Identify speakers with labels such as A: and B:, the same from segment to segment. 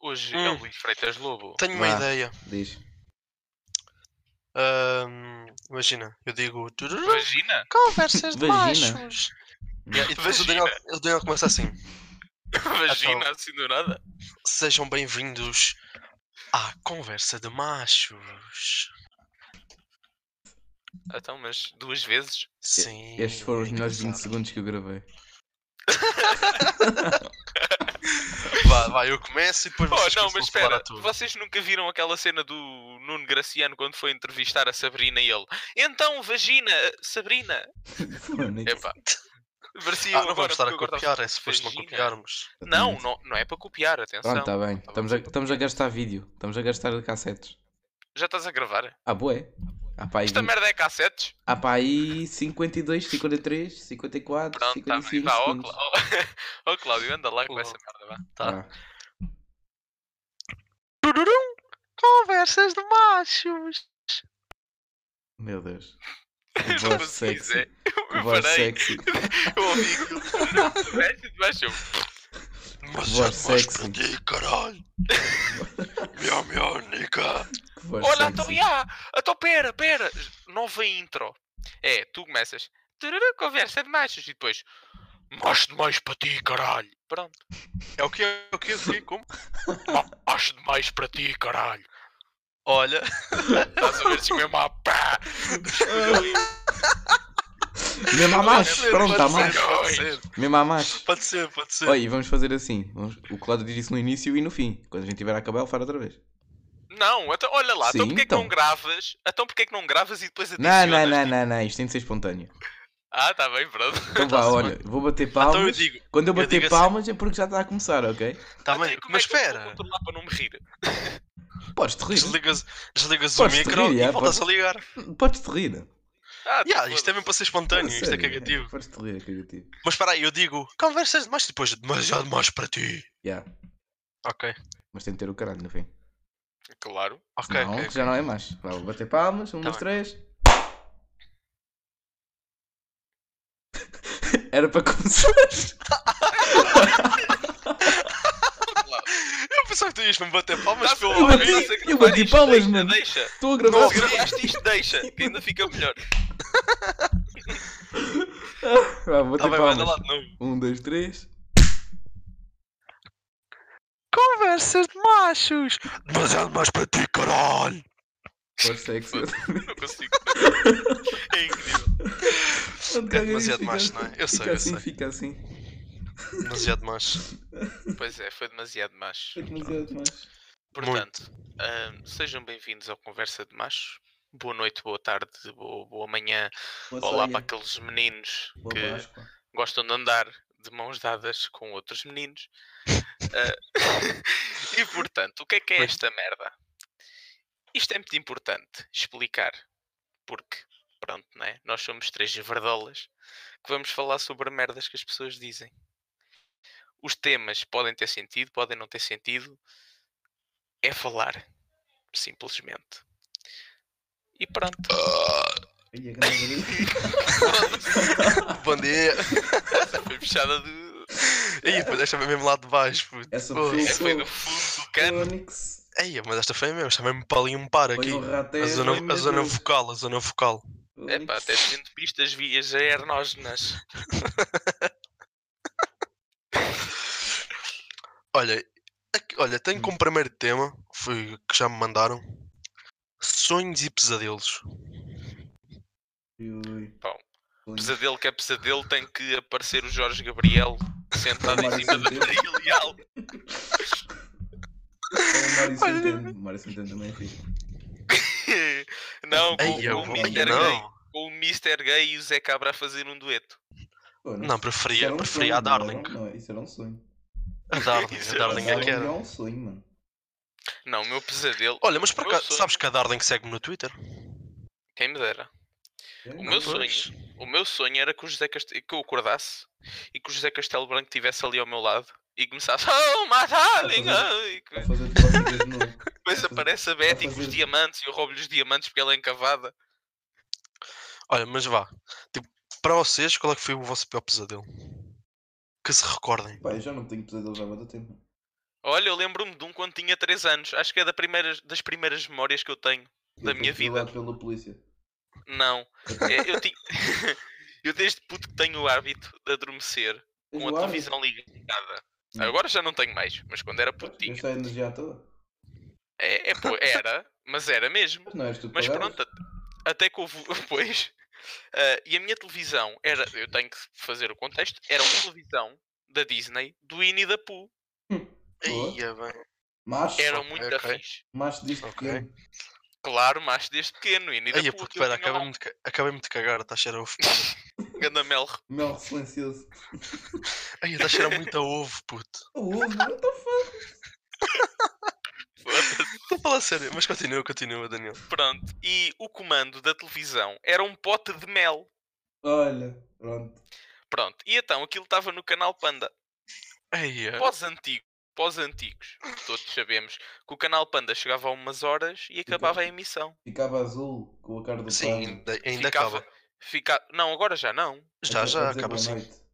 A: hoje
B: Hum.
A: é o Luís Freitas Lobo.
B: Tenho uma
C: Vá.
B: ideia.
C: Diz.
B: Ahm, imagina, eu digo. "Tururu,
A: Imagina? É,
B: Conversas de
C: Vagina.
B: machos. E depois o
A: Vagina.
B: Daniel, o Daniel começa assim.
A: Imagina assim do nada?
B: Sejam bem-vindos à Conversa de Machos.
A: Então, mas duas vezes?
B: Sim.
C: Estes foram os
B: é
C: melhores 20
B: engraçado.
C: segundos que eu gravei.
B: Vá, vai, eu começo e depois
A: Oh,
B: vocês
A: não,
B: começam
A: mas
B: a falar
A: espera,
B: a tudo.
A: vocês nunca viram aquela cena do Nuno Graciano quando foi entrevistar a Sabrina e ele? Então, vagina, Sabrina!
C: Fónix.
A: Epá. Parecia
B: Ah,
A: eu
B: não
A: agora
B: vamos estar a
A: porque eu gostava-
B: copiar, é se fosse não
A: Vagina.
B: copiarmos.
A: Não, não, não é para copiar, atenção.
C: Pronto, está bem. Estamos a, estamos a gastar vídeo. Estamos a gastar cassetes.
A: Já estás a gravar?
C: Ah, boé. Há pá aí,
A: Esta
C: vinte-
A: merda é cassetes?
C: há pá aí 52, 53, 54,
A: Pronto, está bem.
C: 55
A: Vá, ó
C: segundos.
A: Clá- ó Cláudio, anda lá com
B: Boa.
A: essa merda, vá.
B: Tá.
C: Ah,
B: Tururum, Conversas de Machos.
C: meu Deus.
A: Eu
C: O
A: não
C: voz
A: sei
C: sexy.
A: dizer. Eu
C: O voz
A: parei,
C: sexy.
A: eu ouvi aquilo. O resto de baixo, eu-
B: Mas
C: Voz
B: é mais
C: sexy.
B: para ti, caralho. Miau, miau, nica.
C: Que voz
A: Olha,
C: sexy.
A: então, já! Então, pera, pera! Nova intro. É, tu começas. Tururu, conversa de machos. E depois. Macho demais para ti, caralho. Pronto.
B: É o que é o que é o que como?
A: Macho demais para ti, caralho.
B: Olha,
A: Estás a ver assim mesmo à pá.
C: Mesmo há
A: É
C: mais.
B: pode ser,
C: Pronto, tá há
B: pode
C: mais.
B: ser, pode ser,
C: Mesmo há mais.
B: pode ser, pode ser.
C: Olha, e vamos fazer assim. Vamos... O Cláudio diz isso no início e no fim. Quando a gente tiver a acabar, ele faz outra vez.
A: Não, então, olha lá. então,
C: Sim,
A: porquê
C: então.
A: que não gravas? Então, porquê que não gravas e depois
C: Não,
A: adicionas?
C: não, não, não, não. Isto tem de ser espontâneo.
A: Ah, tá bem, pronto.
C: Então vá, olha. Vou bater
B: Então eu
C: palmas.
B: digo,
C: Quando eu
B: eu
C: bater
B: digo assim-
C: palmas é porque já está a começar, ok?
B: tá
A: Então,
B: bem,
A: e como
B: mas
A: é que eu vou
B: espera.
A: controlar para não me rir?
C: Podes-te rir.
B: Desligas, desligas o
C: Podes-te
B: micro
C: rir,
B: e
C: é,
B: voltas a ligar.
C: Podes-te rir.
A: Ah, tá,
B: Yeah, isto é mesmo para ser espontâneo,
C: Ah,
B: isto é
C: sério,
B: cagativo.
C: Podes-te rir, é cagativo.
B: Mas espera aí, eu digo, conversas demais depois, demasiado mais para ti.
C: Yeah.
B: Ok,
C: Mas tem de ter o caralho no fim.
A: foda-se. Claro.
B: ok,
C: não,
B: ok.
C: já não é mais. Vá, vou bater palmas. Um,
B: Tá
C: dois,
B: bem.
C: três. Era para começar.
B: Eu pensava que tu ias me bater palmas
A: Tá
B: pelo
A: bom,
C: bati-
A: não sei o que
C: eu
A: mais.
C: bati
A: Deixa,
C: palmas,
A: deixa,
C: mano.
A: Deixa.
C: Estou a
A: Não
C: gravar.
A: gravaste isto, deixa, que ainda fica melhor.
C: Vá, vou
B: Tá
C: bater
B: bem, manda lá
C: palmas.
B: de novo.
C: Um, dois, três.
B: Conversas de machos. Demasiado mais para ti, caralho.
C: Voz sexy.
A: Não consigo. É incrível.
B: É demasiado macho, não é? Eu sei,
C: Fica
B: eu
C: assim,
B: sei.
C: fica assim.
B: Demasiado macho.
A: Pois é, foi demasiado macho.
C: É demasiado macho.
A: Portanto, ahm, sejam bem-vindos ao Conversa de Macho. Boa noite, boa tarde, boa, boa manhã.
C: Boa
A: Olá
C: saia,
A: para aqueles meninos
C: boa
A: que
C: Páscoa.
A: gostam de andar de mãos dadas com outros meninos. Ah, e portanto, o que é que é esta merda? Isto é muito importante explicar, porque, pronto, né? Nós somos três verdolas que vamos falar sobre merdas que as pessoas dizem. Os temas podem ter sentido, podem não ter sentido. É falar, simplesmente. E pronto.
C: Ai, é que não acredito.
B: Bom dia.
A: Essa foi fechada do.
B: Aí, pô, esta foi mesmo lá de baixo, puto.
C: Essa
B: Pô,
C: pessoa
A: Foi do
C: sou
A: fundo do cano.
C: Fónix.
B: Aí, mas esta foi mesmo, esta mesmo para ali um par aqui.
C: Põe o rateio,
B: A zona,
C: põe
B: a zona
C: medo.
B: vocal, a zona vocal.
A: É pá, até
C: Fónix.
A: tendo pistas vias aerógenas.
B: Olha, aqui- olha, tenho
C: Hum.
B: como primeiro tema, foi o que já me mandaram. Sonhos e pesadelos.
C: Ui, ui.
A: Pão.
C: Põe.
A: Pesadelo que é pesadelo, tem que aparecer o Jorge Gabriel sentado em
C: Mário
A: cima da
C: Centeno.
A: Maria Leal.
C: Põe o Mário
B: Olha.
C: um Centeno. O Mário Centeno também é fixe.
A: Não, com,
B: Ei, eu,
A: com o
C: vou-
A: Mr. Gay.
B: não.
A: Com o Mr. Gay e o Zé Cabra a fazer um dueto.
C: Fónix.
B: Não,
C: Isso era
B: preferia,
C: um
B: preferia a
C: sonho, mano,
B: Darling.
C: era um- Não, isso era um sonho.
B: A Darling,
A: Isso
B: a
A: era um
B: Darling
A: sonho.
B: é que era.
C: Era um sonho, mano.
A: Não, o meu pesadelo.
B: Olha, mas por
A: Eu
B: acaso,
A: sou-
B: sabes que a Darling segue-me no Twitter?
A: Quem me dera.
C: É,
A: O
C: não,
A: meu
C: pô.
A: sonho,
B: pois.
A: o meu sonho era que o José Castelo, que eu acordasse e que o José Castelo Branco estivesse ali ao meu lado e começasse Oh, my darling! oh", e
C: Vai
A: que-
C: é fazer cócegas de novo.
A: Depois aparece a Betty com os
C: fazer-
A: diamantes e eu roubo-lhe os diamantes porque ela é encavada.
B: Olha, mas vá. Tipo, para vocês, qual é que foi o vosso pior pesadelo? Que se recordem.
C: Pá, eu já não tenho pesadelos há muito tempo.
A: Olha, eu lembro-me de um quando tinha 3 anos. Acho que é da primeiras- das primeiras memórias que eu tenho. Da minha vida.
C: pela polícia.
A: Não. É, eu, ti- eu desde puto que tenho o hábito de adormecer com a televisão ligada.
C: Hum.
A: Agora já não tenho mais, mas quando era puto tinha.
C: Gastar a energia à toa.
A: É, é, pô, era, mas era mesmo.
C: Mas não és tu que
A: Mas
C: pagavas.
A: pronto, at- até que houve. Pois. Ah, e a minha televisão era. Eu tenho que fazer o contexto. Era uma televisão da Disney do Winnie da Pooh.
C: Boa.
A: é
B: Ia bem.
C: Macho.
A: Era muito da
B: ok.
A: fixe.
C: Macho diz
B: um-
C: é
B: Ok.
C: pequeno.
A: Claro, mas desde pequeno. Winnie da
B: Aí,
A: Pooh.
B: puto,
A: aquilo
B: pera,
A: tinha lá
B: acabei-me de, ca- acabei-me de cagar, está a cheirar ovo.
A: um ganda mel.
C: Mel silencioso.
B: Aí, está tá a cheirar muito a ovo, puto.
C: Oh, what the fuck?
B: Estou a falar sério, mas continua, continua, Daniel.
A: Pronto. E o comando da televisão era um pote de mel.
C: Olha, pronto.
A: Pronto. E então aquilo estava no canal Panda.
B: Aí, ó.
A: Pós-antigo. Pós-antigos. Todos sabemos que o canal Panda chegava a umas horas e acabava a emissão.
C: Ficava azul com a cara do
B: sim,
C: pano.
B: ainda, ainda
A: Ficava-
B: acaba.
A: Fica... Não, agora já não.
B: Já,
C: Até-
B: já
C: até
B: acaba assim.
C: boa
B: sim.
C: noite.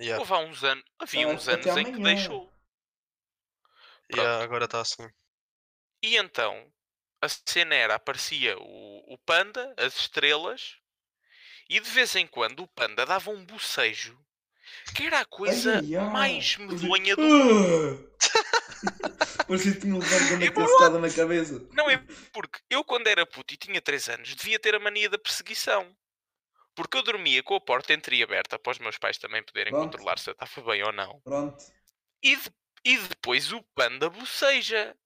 B: Yeah,
A: Houve há uns anos. Havia
C: Ah,
A: uns
C: até
A: anos em que
C: amanhã.
A: deixou.
B: yeah, agora está assim.
A: E então a cena era, aparecia o, o panda, as estrelas, e de vez em quando o panda dava um bocejo, que era a coisa
C: Ai, ai,
A: mais
C: ai.
A: medonha do
C: Ah! Parecia que tinha levado uma cacetada na cabeça.
A: Não é porque eu, quando era puto e tinha 3 anos, devia ter a mania da perseguição. Porque eu dormia com a porta entreaberta para os meus pais também poderem
C: Pronto.
A: controlar se eu estava bem ou não.
C: Pronto.
A: E, de- e depois o panda boceja.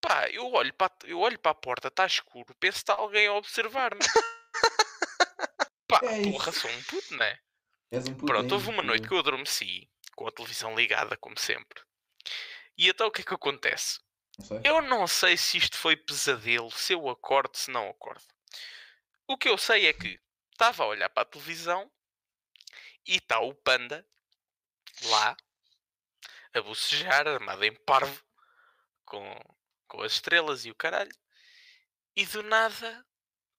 A: Pá, eu olho para, eu olho para a porta, está escuro, penso que está alguém a observar-me. Pá,
C: É isso.
A: porra, sou um puto, não é?
C: És um puto
A: Pronto,
C: ainda,
A: houve uma noite
C: filho.
A: que eu adormeci com a televisão ligada, como sempre. E então o que é que acontece?
C: Não sei.
A: Eu não sei se isto foi pesadelo, se eu acordo, se não acordo. O que eu sei é
B: Hum.
A: que estava a olhar para a televisão e está o panda lá a bocejar, armado em parvo, com, com as estrelas e o caralho, e do nada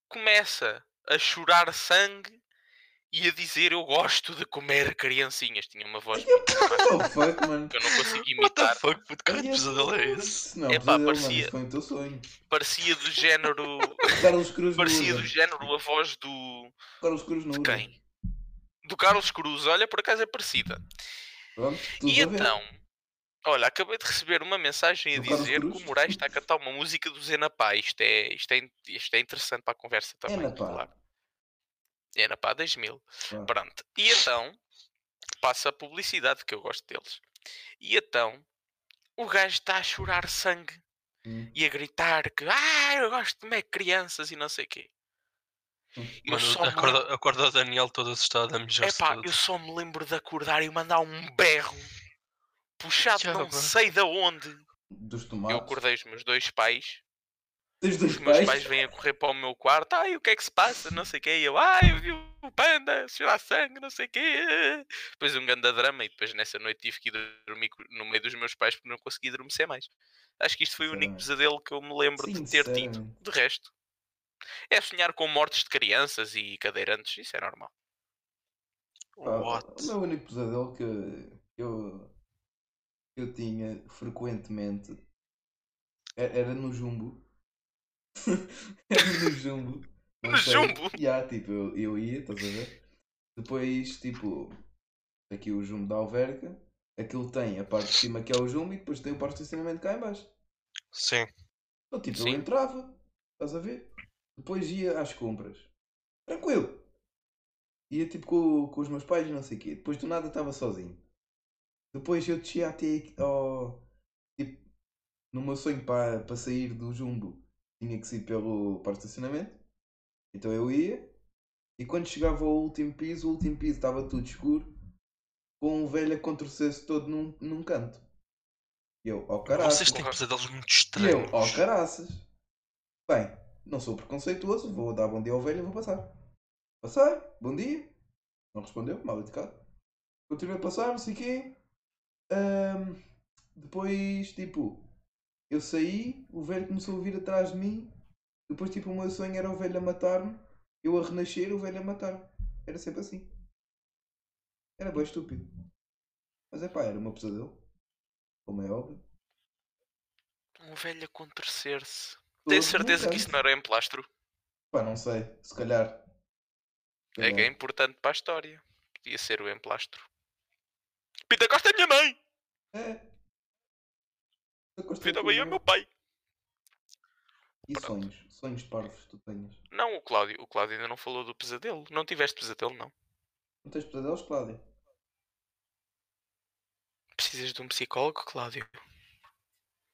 A: começa a chorar sangue e a dizer eu gosto de comer criancinhas. Tinha uma voz muito dramática
C: What the fuck, mano?
A: que eu não consegui
B: What the
A: imitar.
B: fuck, puto, que raio de
C: Ai,
B: pesadelo é
C: ai,
B: esse?
C: Não,
A: Epá,
C: pesadelo, mano,
A: parecia-
C: isso foi o teu sonho.
A: Parecia do género.
C: Carlos Cruz
A: parecia
C: no
A: do
C: Uber.
A: género a voz do.
C: Carlos Cruz no
A: de
C: Uber.
A: quem? Do Carlos Cruz, olha, por acaso é parecida.
C: Pronto, tudo
A: e
C: a ver.
A: então, olha, acabei de receber uma mensagem a
C: Do Carlos
A: dizer que
C: Cruz?
A: o Moraes está a cantar uma música do Zena Pá. Isto é, isto é, in- isto é interessante para a conversa também.
C: na pá.
A: claro. É na pá 2000.
C: Pá.
A: Pronto. E então, passa a publicidade, que eu gosto deles. E então, o gajo está a chorar sangue
C: Hum.
A: e a gritar que ah, eu gosto de comer crianças e não sei o quê.
C: Hum.
A: Eu
B: Mano,
A: só me
B: acorda, acorda o Daniel todo assustado a
A: lembro,
B: mijar-se
A: epá,
B: todo.
A: eu só me lembro de acordar e mandar um berro puxado não
B: Diabo.
A: sei de onde.
C: Dos
A: Eu
C: tomates.
A: acordei os meus dois pais,
C: Tens dois
A: os meus
C: pais?
A: pais vêm a correr para o meu quarto, ai o que é que se passa, não sei o quê, e eu, ai eu vi o panda, chorar sangue, não sei o quê. Depois um grande drama e depois nessa noite tive que ir dormir co- no meio dos meus pais porque não consegui adormecer mais. Acho que isto foi o único
C: Sinceramente.
A: pesadelo que eu me lembro de ter tido.
C: Sinceramente.
A: De resto, é sonhar com mortes de crianças e cadeirantes, isso é normal.
C: Pá,
B: What?
C: O meu único pesadelo que eu, que eu tinha frequentemente e- era, no jumbo. era no jumbo. não
A: No
C: sei.
A: jumbo?
C: Ya, tipo, eu, eu ia, estás a ver? Depois, tipo, aqui o jumbo da alverca. Aquilo tem a parte de cima que é o jumbo e depois tem o parte de estacionamento é cá em baixo.
B: Sim.
C: Então, tipo,
A: Sim.
C: eu entrava, estás a ver? Depois ia às compras. Tranquilo. Ia tipo com, com os meus pais e não sei o quê. Depois do nada estava sozinho. Depois eu descia até aqui- ao. Tipo, no meu sonho para, para sair do jumbo tinha que sair pelo para o estacionamento. Então eu ia. E quando chegava ao último piso, o último piso estava tudo escuro. Com um velho a contorcer-se todo num, num canto. E eu, oh caralho.
B: Vocês têm
A: porra.
B: pesadelos muito
C: E eu, oh,
B: estranhos.
C: ó caraças. Bem, não sou preconceituoso, vou dar bom dia ao velho e vou passar. Passei, bom dia. Não respondeu, mal educado. Continuei a passar, não sei o quê. Ahm, depois, tipo, eu saí, o velho começou a vir atrás de mim. Depois, tipo, o meu sonho era o velho a matar-me. Eu a renascer, o velho a matar-me. Era sempre assim. Era bem estúpido. Mas é pá, era o meu pesadelo. como é óbvio.
A: Um velho a contorcer-se. Tenho certeza que isso não era um emplastro. É
C: Pá, não sei, se calhar.
A: É que
C: Se
A: é
C: calhar.
A: importante para a história. Podia ser o emplastro. Pita Costa é minha mãe!
C: É. Eu gosto
A: Pita
C: daquilo,
A: Bahia é
C: não é?
A: meu pai!
C: E
A: Pronto.
C: sonhos? Sonhos parvos que tu tenhas?
A: Não, o Cláudio. O Cláudio ainda não falou do pesadelo. Não tiveste pesadelo, não.
C: Não tens pesadelos, Cláudio?
A: Precisas de um psicólogo, Cláudio.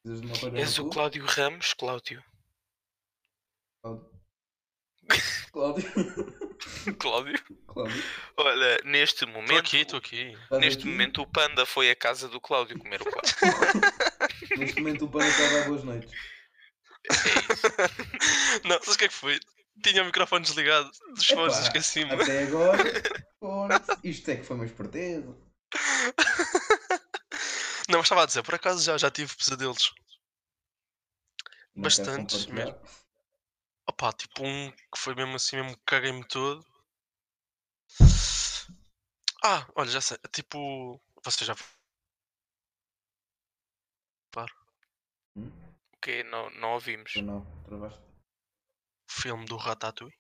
C: Precisas de uma coisa
A: És
C: na
A: o
C: tua?
A: Cláudio Ramos, Cláudio.
C: Cláudio.
A: Cláudio.
C: Cláudio.
A: Olha, neste
B: Estou
A: momento.
B: aqui, estou aqui.
C: estás
A: Neste
C: aqui?
A: momento o panda foi à casa do Cláudio comer o Cláudio.
C: Neste momento o pano está a dar boas noites.
A: É isso.
B: Não, sabes o que é que foi? Tinha o microfone desligado dos
C: Epá,
B: fones, esqueci-me.
C: Até agora, fora. isto é que foi uma esperteza.
B: Não, mas estava a dizer, por acaso já, já tive pesadelos.
C: Não queres
B: Bastantes
C: compartilhar?
B: Opá, tipo um que foi mesmo assim, mesmo que caguei-me todo. Ah, olha, já sei. Tipo, vocês já
C: Hum?
A: Ok, não, não ouvimos.
C: Ou não? Travaste?
B: filme do Ratatouille?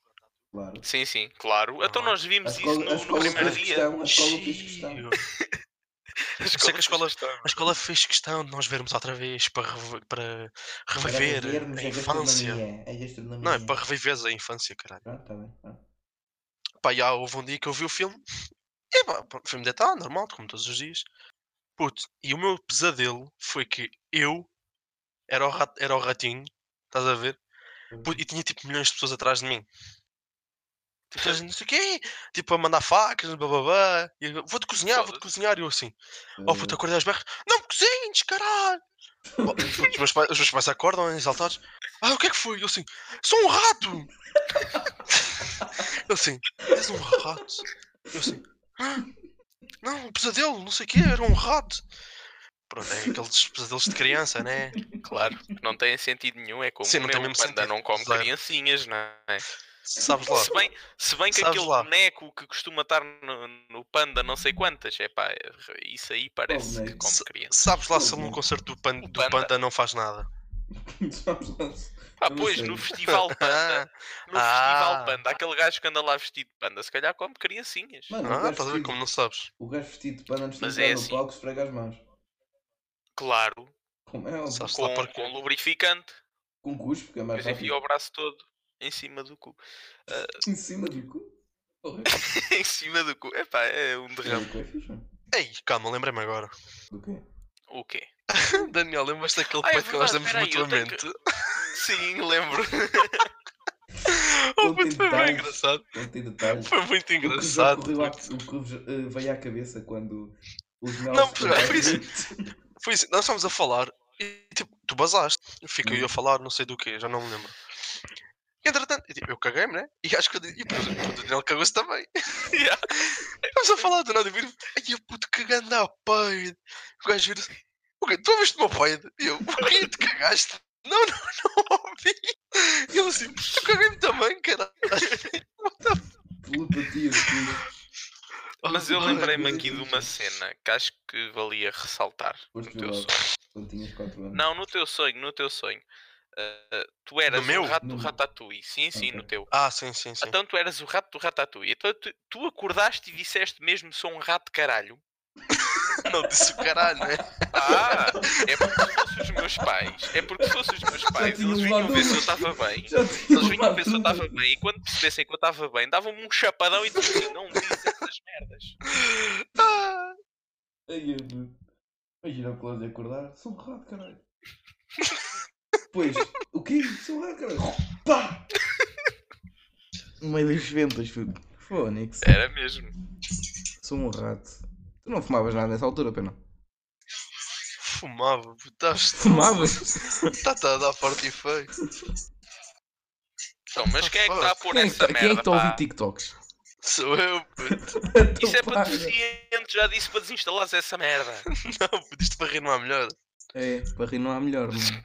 C: Claro.
A: Sim, sim, claro. Então
B: Ah.
A: nós
C: A
A: vimos isso
C: escola, a
A: no, no
C: escola
A: primeiro
C: fez
A: dia.
C: questão, a escola fez questão.
B: Chiio.
A: A
B: sei que a escola-
A: fez questão.
B: A escola fez questão de nós vermos outra vez para, rev- para
C: Para é
B: reviver
C: revermos
B: a infância.
C: gastronomia, A gastronomia.
B: Não, é para reviveres a infância, caralho.
C: Pronto, tá bem. pronto.
B: Pá, já houve um dia que eu vi o filme. E pá, pá, filme de tal, normal, como todos os dias. Puto, e o meu pesadelo foi que eu era o, rat- era o ratinho, estás a ver? Puto, e tinha tipo milhões de pessoas atrás de mim. Tipo, todas, não sei o quê, tipo a mandar facas, bababá. E eu, vou-te cozinhar, vou-te
A: Foda-se.
B: cozinhar. E eu assim,
C: Eh,
B: oh puto, acordei aos berros, não me cozinhes, caralho! Oh, puto, os, meus pais, os meus pais acordam né, exaltados, ah, o que é que foi? Eu assim, sou um rato! Eu assim, és um rato? Eu assim, "Ah, não, um pesadelo, não sei o quê, era um rato. Pronto, é aqueles pesadelos de criança, né?
A: Claro, não tem sentido nenhum. É como
B: Sim,
A: o
B: não tem
A: meu,
B: mesmo
A: o panda
B: sentido,
A: não come
B: zero.
A: criancinhas, não é?
B: Sabes lá.
A: Se bem, se bem que
B: Sabes
A: aquele
B: lá.
A: boneco que costuma estar no, no panda não sei quantas, é pá, isso aí parece que
C: boneco?
A: come
B: Se-
A: criança.
B: Sabes lá se ele num concerto do, pan,
A: O
B: do Panda
A: Panda.
B: não faz nada.
C: Sabes lá se-
A: Ah,
C: não
A: pois,
C: sei.
A: no Festival Panda, no
B: Ah.
A: Festival Panda, aquele gajo que anda lá vestido de panda, se calhar come criancinhas.
C: Mano, o,
B: Ah,
C: gajo
B: estás a ver
C: vestido,
B: como não sabes?
C: o gajo vestido de pano antes de
A: Mas
C: entrar
A: é
C: no
A: assim.
C: palco esfrega as mãos.
A: Claro,
C: Como é? óbvio.
B: Sabes lá
A: com,
B: porque-
A: com lubrificante.
C: Com cuspo, que é mais
A: Depois enfia
C: rápido.
A: o braço todo em cima do cu.
C: Em cima do cu. Porra.
A: em cima do cu. Epá, é um derrame.
C: Do que é fixe, mano?
B: Ei, calma, lembrei-me agora.
C: Do quê?
A: O quê?
B: Daniel, lembras-te daquele
A: Ah, é
B: peito que nós
A: verdade,
B: demos
A: peraí, eu tenho que-
B: mutuamente?
A: Sim, lembro.
B: Oh,
C: Não tem
B: puto, foi bem
C: detalhes.
B: engraçado.
C: Não tem detalhes.
B: Foi muito
C: O que já
B: engraçado.
C: correu à-
B: puto.
C: O que vos, eh, veio à cabeça quando os
B: Não, foi Foi assim, nós estávamos a falar e tipo, tu basaste. Fiquei eu a falar, não sei do quê, já não me lembro. E, entretanto, eu, tipo, eu caguei-me, né? E acho que eu, di- e, depois o Daniel cagou-se também.
A: Yeah.
B: Estamos a falar do nada e viro-me. Ai, eu puto cagando à peide. O gajo vira-se. "O quê? Tu ouviste o meu peide? E eu, o quê? Tu cagaste? Não, não, não ouvi. E ele assim, eu caguei-me também, caralho.
C: Telepatias.
A: Mas eu lembrei-me
C: mas é
A: aqui de
C: existe.
A: uma cena que acho que valia ressaltar no
C: Foste
A: teu
C: violado
A: sonho.
C: quando tinhas 4 anos.
A: Não, no teu sonho, no teu sonho. Ah, ah, tu eras
B: meu?
A: o rato do
C: No meu.
A: Ratatouille. Sim, sim, no
C: Ok.
A: teu.
B: Ah, sim, sim, sim.
A: Então tu eras o rato do Ratatouille. Então tu, tu acordaste e disseste mesmo sou um rato de caralho.
B: Não disse o caralho, né?
A: Ah, é porque se fossem os meus pais. É porque se fossem os meus pais,
C: tinha
A: eles vinham
C: levado
A: ver se
C: uma.
A: eu estava bem.
C: Já tinha
A: Eles vinham
C: levado um
A: ver se eu
C: tudo.
A: estava bem e quando percebessem que eu estava bem, davam-me um chapadão e diziam não diz essas merdas.
B: Ah,
C: Ai, eu puto. Imagina o Cláudio acordar. Sou um rato, caralho. Pois, o quê? Sou um rato, caralho. Pá! No meio das ventas, puto. Fónix.
A: Era mesmo.
C: Sou um rato. Tu não fumavas nada nessa altura, pena.
B: Fumava, puto, tá, estás
C: Fumavas?
B: Está-te a dar parte tá e feio.
A: Então, mas quem é que está a pôr
C: Quem é que
A: essa
C: tá- quem é que
A: merda?
C: está a ouvir
A: pá?
C: TikToks?
B: Sou eu, puto.
A: Isso é
C: Então,
A: para
C: pá.
A: deficiente, já disse para desinstalares essa merda.
B: Não, puto, isto para rir não há melhor.
C: É, para rir não há melhor, mano.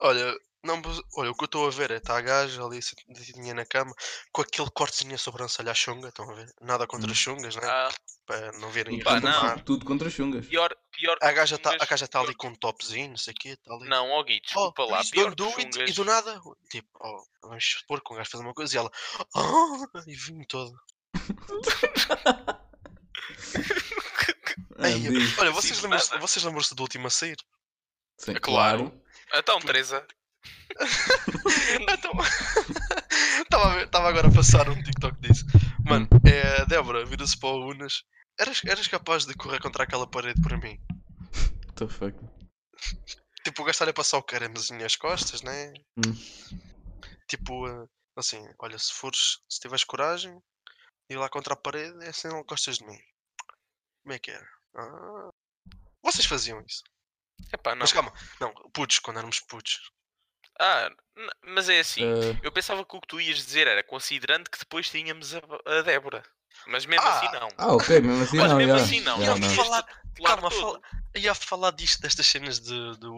B: Olha, Não, mas olha, o que eu estou a ver é, está a gaja ali sentadinha na cama, com aquele cortezinho a sobrancelha à chunga, estão a ver? Nada contra
C: Hum.
B: as chungas, né?
A: Ah,
B: Para não verem
C: Tudo
B: isto
A: Pá,
B: do
C: contra-
A: não.
B: mar.
C: Tudo contra chungas.
A: pior, pior
B: A
A: que
B: gaja tá- está
A: chungas-
B: tá ali com um topzinho, não sei o quê, está ali. Oh,
A: Não, ó Gui, desculpa Hum, lá.
B: please
A: Pior
B: don't
A: que
B: do it,
A: chungas.
B: e do nada, tipo, oh, vamos supor que um gajo fez uma coisa e ela, ah, e vim todo.
C: Ah,
B: Ei,
C: diz.
B: olha,
A: Sim,
B: vocês
A: do É
B: lembram-se
A: Tipo, nada.
B: vocês lembram-se do último a sair?
C: Sim,
A: é claro. Então, Teresa.
B: Então, estava a ver- estava agora a passar um TikTok disso. Mano, é, Débora, vira-se para o Unas. Eras, eras capaz de correr contra aquela parede para mim?
C: What the fuck?
B: Tipo, o gajo olha passar o caramazinho nas costas, né?
C: Hum.
B: Tipo, eh, assim, olha, se fores, se tiveres coragem, ir lá contra a parede, é assim não gostas de mim. Como é que era? Ah. Vocês faziam isso.
A: Epá, não.
B: Mas calma, não, putos, quando éramos putos.
A: Ah, n- mas é assim.
C: Ah,
A: Eu pensava que o que tu ias dizer era considerando que depois tínhamos a, a Débora. Mas mesmo
B: Ah,
A: assim não.
C: ah, ok, mesmo assim
A: Mas
C: não.
A: mesmo
C: já,
A: assim não.
C: já,
A: Não,
B: Ia
A: não.
B: falar,
A: Claro,
B: calma,
A: todo.
B: fala, ia falar disto, destas cenas de, do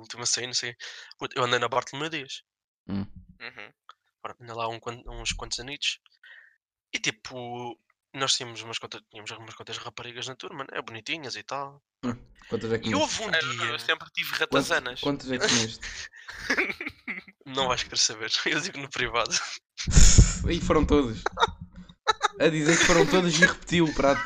B: última cena, não sei. Puto, eu andei na Bartolomeu Dias.
A: Uhum.
B: Ora, ainda lá há um quan- uns quantos anitos. E tipo, nós tínhamos umas contas, tínhamos algumas contas raparigas na turma, né? Bonitinhas e tal.
C: Quantas é
B: E
C: que tinhas?
B: houve um
A: Ah, não, não,
B: dia,
A: eu sempre tive
C: Quantas-
A: ratazanas.
C: Quantas é que tinhas?
B: não vais querer saber, eu digo no privado.
C: Aí foram todas. A dizer que foram todas e repetiu o prato.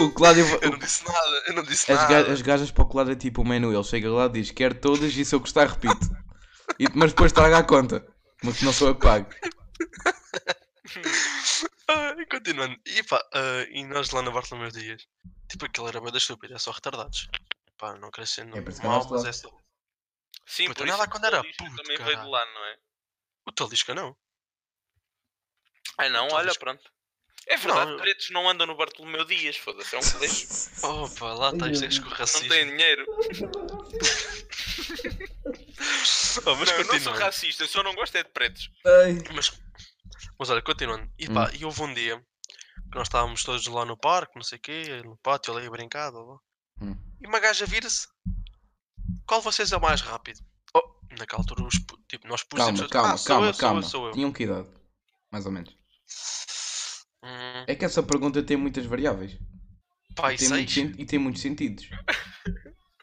C: O Cláudio.
B: Eu
C: o-
B: não disse nada, eu não disse
C: as,
B: nada.
C: ga- as gajas para o Cláudio é tipo o menu. Ele chega lá e diz: Quer todas e se eu gostar, repito. E, mas depois traga a conta. Mas não sou eu que pago.
B: Ai, continuando. E pá, ah, e nós lá na Bartolomeu Dias, tipo, aquilo era bem da estúpida, é só retardados. Pá, não quero ser
C: por isso que
B: mal,
C: andaste
B: mas
C: lá.
B: é só.
A: Sim,
B: Puta,
A: por
B: olha
A: isso
B: lá
A: que
B: quando
A: o
B: era
A: Talisca
B: puto,
A: também veio de
B: caralho.
A: lá, não é?
B: O Talisca não.
A: Ah não,
B: Então,
A: olha,
B: mas-
A: pronto. É verdade,
B: eu-
A: pretos não andam no Bartolomeu Dias, foda-se, é um colégio.
B: Opa, lá é
C: Ai,
B: estás,
C: eu-
B: és com
A: não
B: racismo.
A: tem dinheiro.
B: Oh, mas
A: não, eu não sou
B: continuando.
A: racista, eu só não gosto é de pretos.
C: Ai.
B: Mas, mas olha, continuando. E
C: Hum.
B: pá, e houve um dia que nós estávamos todos lá no parque, não sei o quê, no pátio ali a brincar, blá, blá.
C: Hum.
B: e uma gaja vira-se. Qual de vocês é o mais rápido? Oh, naquela altura, os pu- tipo, nós pusemos.
C: Calma, calma, calma, calma.
B: Sou eu, sou eu.
C: Tinham que idade? Mais ou menos.
B: Hum,
C: É que essa pergunta tem muitas variáveis.
B: pai,
C: tem muitos
B: seis.
C: sen- e tem muitos sentidos.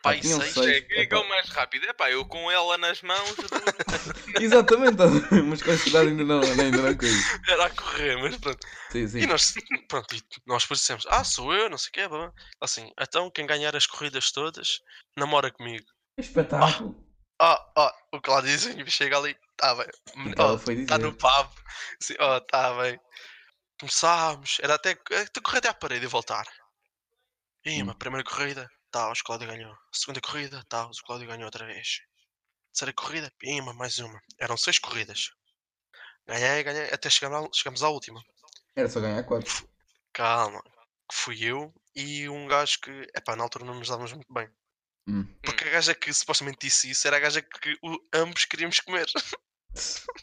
B: Pai,
C: tinham
B: seis.
C: seis.
A: É, quem é que é o
C: Epá.
A: mais rápido? É pá, eu com ela nas mãos. eu dou-
C: Exatamente, mas com essa idade ainda não, ainda não é coisa.
B: Era a correr, mas pronto.
C: Sim, sim.
B: E nós, pronto, e nós depois dissemos, ah, sou eu, não sei o quê, blá, blá. Assim, então quem ganhar as corridas todas, namora comigo.
C: Espetáculo.
B: Ah, Ó, ó, o Claudinho chega ali, tá bem.
C: Então,
B: Ó,
C: ela foi
B: tá
C: dizer.
B: no pub. Assim, ó, tá bem. Começámos, era até. eh, Tu correr até à parede e voltar. Ih,
C: Hum.
B: mas primeira corrida, tá, o Cláudio ganhou. Segunda corrida, tá, o Cláudio ganhou outra vez. Terceira corrida, pima, mais uma. Eram seis corridas. Ganhei, ganhei, até chegamos à, chegamos à última.
C: Era só ganhar 4.
B: Calma, que fui eu e um gajo que, epá, na altura não nos dávamos muito bem.
C: Hum.
B: Porque a gaja que supostamente disse isso era a gaja que o- ambos queríamos comer.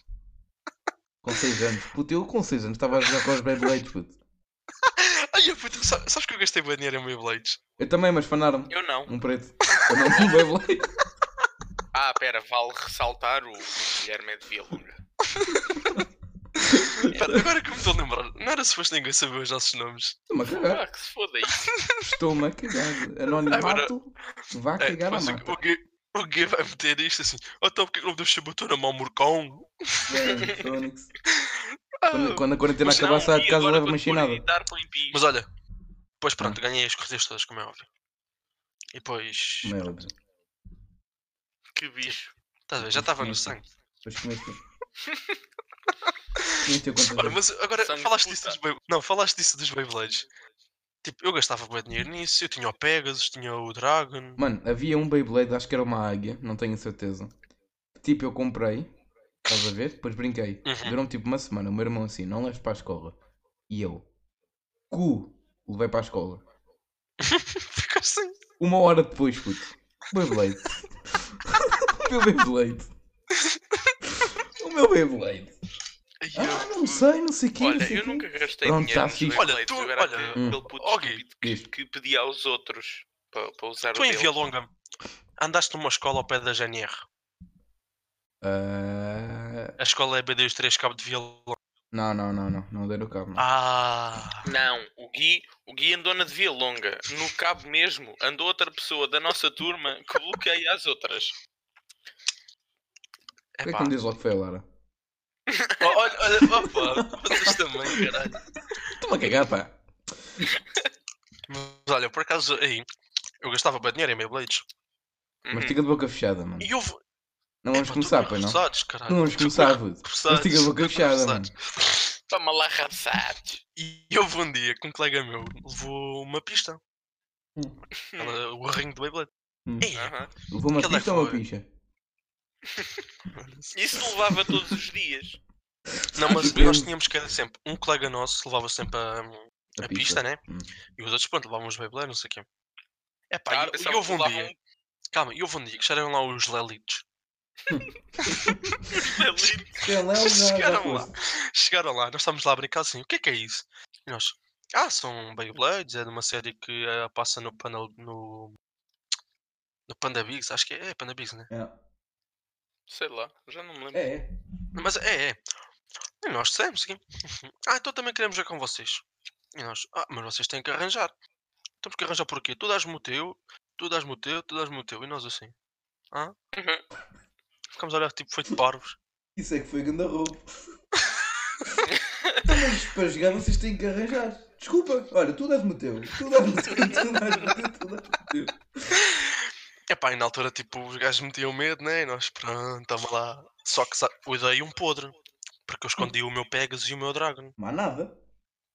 C: Com 6 anos. Puto, eu com 6 anos estava a jogar com os Beyblades, puto.
B: Ai, eu puto, sa- sabes que eu gastei bem dinheiro em Beyblades?
C: Eu também, mas fanaram-me.
A: Eu não.
C: Um preto. Eu não um Beyblade.
A: Ah, pera, vale ressaltar o, o Guilherme é de Vilunga.
B: Pera, agora que eu me estou a lembrar, não era suposto ninguém saber os nossos nomes.
C: Estou-me a cagar.
A: Ah, que se foda isso.
C: Estou-me a cagar. Anonimato. Vá
B: É,
C: cagar a
B: depois o-
C: mata.
B: o Gui- o Gui vai meter isto assim, "Oh, então porque é que não podemos chamar o teu nome ao Murcão?
C: É, Fónix.
B: Ah,
C: Quando, quando a quarentena
A: Mas não,
C: acabar, sai
A: e
C: de casa
A: agora
C: leva uma
A: quando for
C: chinada.
A: editar, põe pi.
B: Mas olha, depois pronto,
C: Ah.
B: ganhei as corridas todas, como é óbvio. E depois,
C: Não é óbvio.
A: Que bicho.
B: estás a ver, já
C: depois
B: estava no
C: comeste.
B: sangue.
C: Depois comeste. Comeste eu quantas
B: Olha,
C: vezes?
B: mas agora
A: Sangue de
B: falaste
A: puta.
B: disso dos Beyblades. Não, falaste disso dos Beyblades. Tipo, eu gastava bem dinheiro nisso, eu tinha o Pegasus, tinha o Dragon.
C: Mano, havia um Beyblade, acho que era uma águia, não tenho a certeza. Tipo, eu comprei, estás a ver? Depois brinquei.
B: Uhum.
C: Durou tipo uma semana, o meu irmão assim, não leves para a escola. E eu, cu, levei para a escola.
B: Ficaste assim.
C: Uma hora depois, puto. Beyblade. o meu Beyblade. O meu Beyblade.
B: Ai,
C: Ah,
B: eu-
C: não sei, não sei o que.
A: Olha, eu nunca gastei
C: Pronto,
A: dinheiro.
C: já
A: nos
C: fiz.
A: Beyblades,
B: Olha, tu-
A: agora
B: olha,
A: aquele- aquele puto
B: Hum. Ok.
A: estúpido que-
C: Diz.
A: que pedia aos outros para para usar
B: Tu
A: o
B: em
A: dele.
B: Via Longa andaste numa escola ao pé da GNR.
C: Ah,
B: A escola é BD os 3 cabo de violão.
C: não, não, não, não. Não deram cabo. Não.
B: Ah!
A: Não, o Gui, o Gui andou na de Via Longa. No cabo mesmo, andou outra pessoa da nossa turma que bloqueia as outras.
B: É
C: Por que é que não diz logo que foi a Lara?
B: Olha, olha, opa, vocês também, caralho.
C: Estou-me a cagar, pá.
B: Mas olha, por acaso, aí, eu gastava bem dinheiro em Beyblades.
A: Uhum.
C: Mastiga de boca fechada, mano.
B: E houve.
C: Não vamos
B: Epá,
C: começar,
B: tudo
C: pois não?
B: reforçados, caralho.
C: Não vamos
B: Tudo
C: começar, puto.
B: reforçados,
C: Mastiga de boca
B: tudo
C: fechada, mano.
B: reforçados.
A: Toma lá, rapsados.
B: E houve um dia que um colega meu levou uma pista.
C: Hum.
B: Ela- o ringue de Beyblade.
C: Hum.
B: Ei,
A: Aham.
C: Levou uma
B: Aquele é
C: pista ou uma
B: fogo.
C: picha?
A: Isso levava todos os dias.
B: é. Não, mas
C: Depende.
B: nós tínhamos que era sempre. Um colega nosso levava sempre a, a pista, né?
C: Hum.
B: E os outros, pronto, levavam os Beyblade, não sei o quê. É
A: Ah,
B: pá, e,
A: pensava
B: e houve
A: que
B: um
A: levavam
B: dia. Calma, e houve um dia que já eram lá os Lelitos.
A: ali.
C: Ele é já, já
B: Chegaram lá.
C: fosse.
B: Chegaram lá, nós estávamos lá a brincar assim, o que é que é isso? E nós, ah, são Beyblades, é de uma série que eh, passa no panel, no, no Panda Bigs, acho que é, é Panda Bigs, né?
C: É,
A: Sei lá, já não me lembro.
C: É, é.
B: Mas é, é. E nós dissemos aqui, ah, então também queremos ver com vocês. E nós, ah, mas vocês têm que arranjar. Temos que arranjar porquê? Tu dás-me o teu, tu dás-me o teu, tu dás-me o teu. E nós assim, ah? Ficamos a olhar tipo feito parvos.
C: Isso é que foi ganda roubo. Então, mas para jogar vocês têm que arranjar. Desculpa, olha, tu dás-me o teu. Tu dás-me o teu, tu dás-me o teu, tu dás-me o teu.
B: Epá, e na altura tipo os gajos metiam medo, né? E nós, pronto, tamo lá. Só que sa- eu dei um podre. Porque eu escondi o meu Pegasus e o meu Dragon.
C: Mas nada.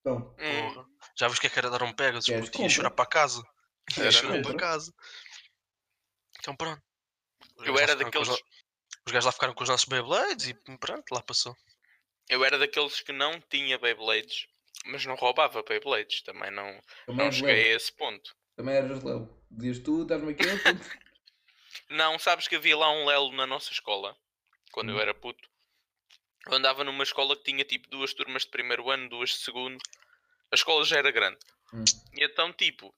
C: Então,
A: Hum,
B: Porra. Já viste o que é que era dar um Pegasus?
C: Queres
B: puto? Ia
C: compra?
B: chorar para casa. Ia
A: Era,
B: chorar
C: compra.
B: para casa. Então pronto. Os
A: Eu
B: gajos lá
A: era
B: ficaram com os
A: daqueles-
B: no- Os gajos lá ficaram com os nossos Beyblades e pronto, lá passou.
A: eu era daqueles que não tinha Beyblades, mas não roubava Beyblades. Também não,
C: também
A: não
C: eras
A: cheguei
C: leve.
A: a esse ponto.
C: Também eras leve. Dias tu, dás-me aquele. tu-
A: Não, sabes que havia lá um Lelo na nossa escola, quando eu era puto. Eu andava numa escola que tinha tipo duas turmas de primeiro ano, duas de segundo. A escola já era grande.
C: Hum.
A: E então, tipo,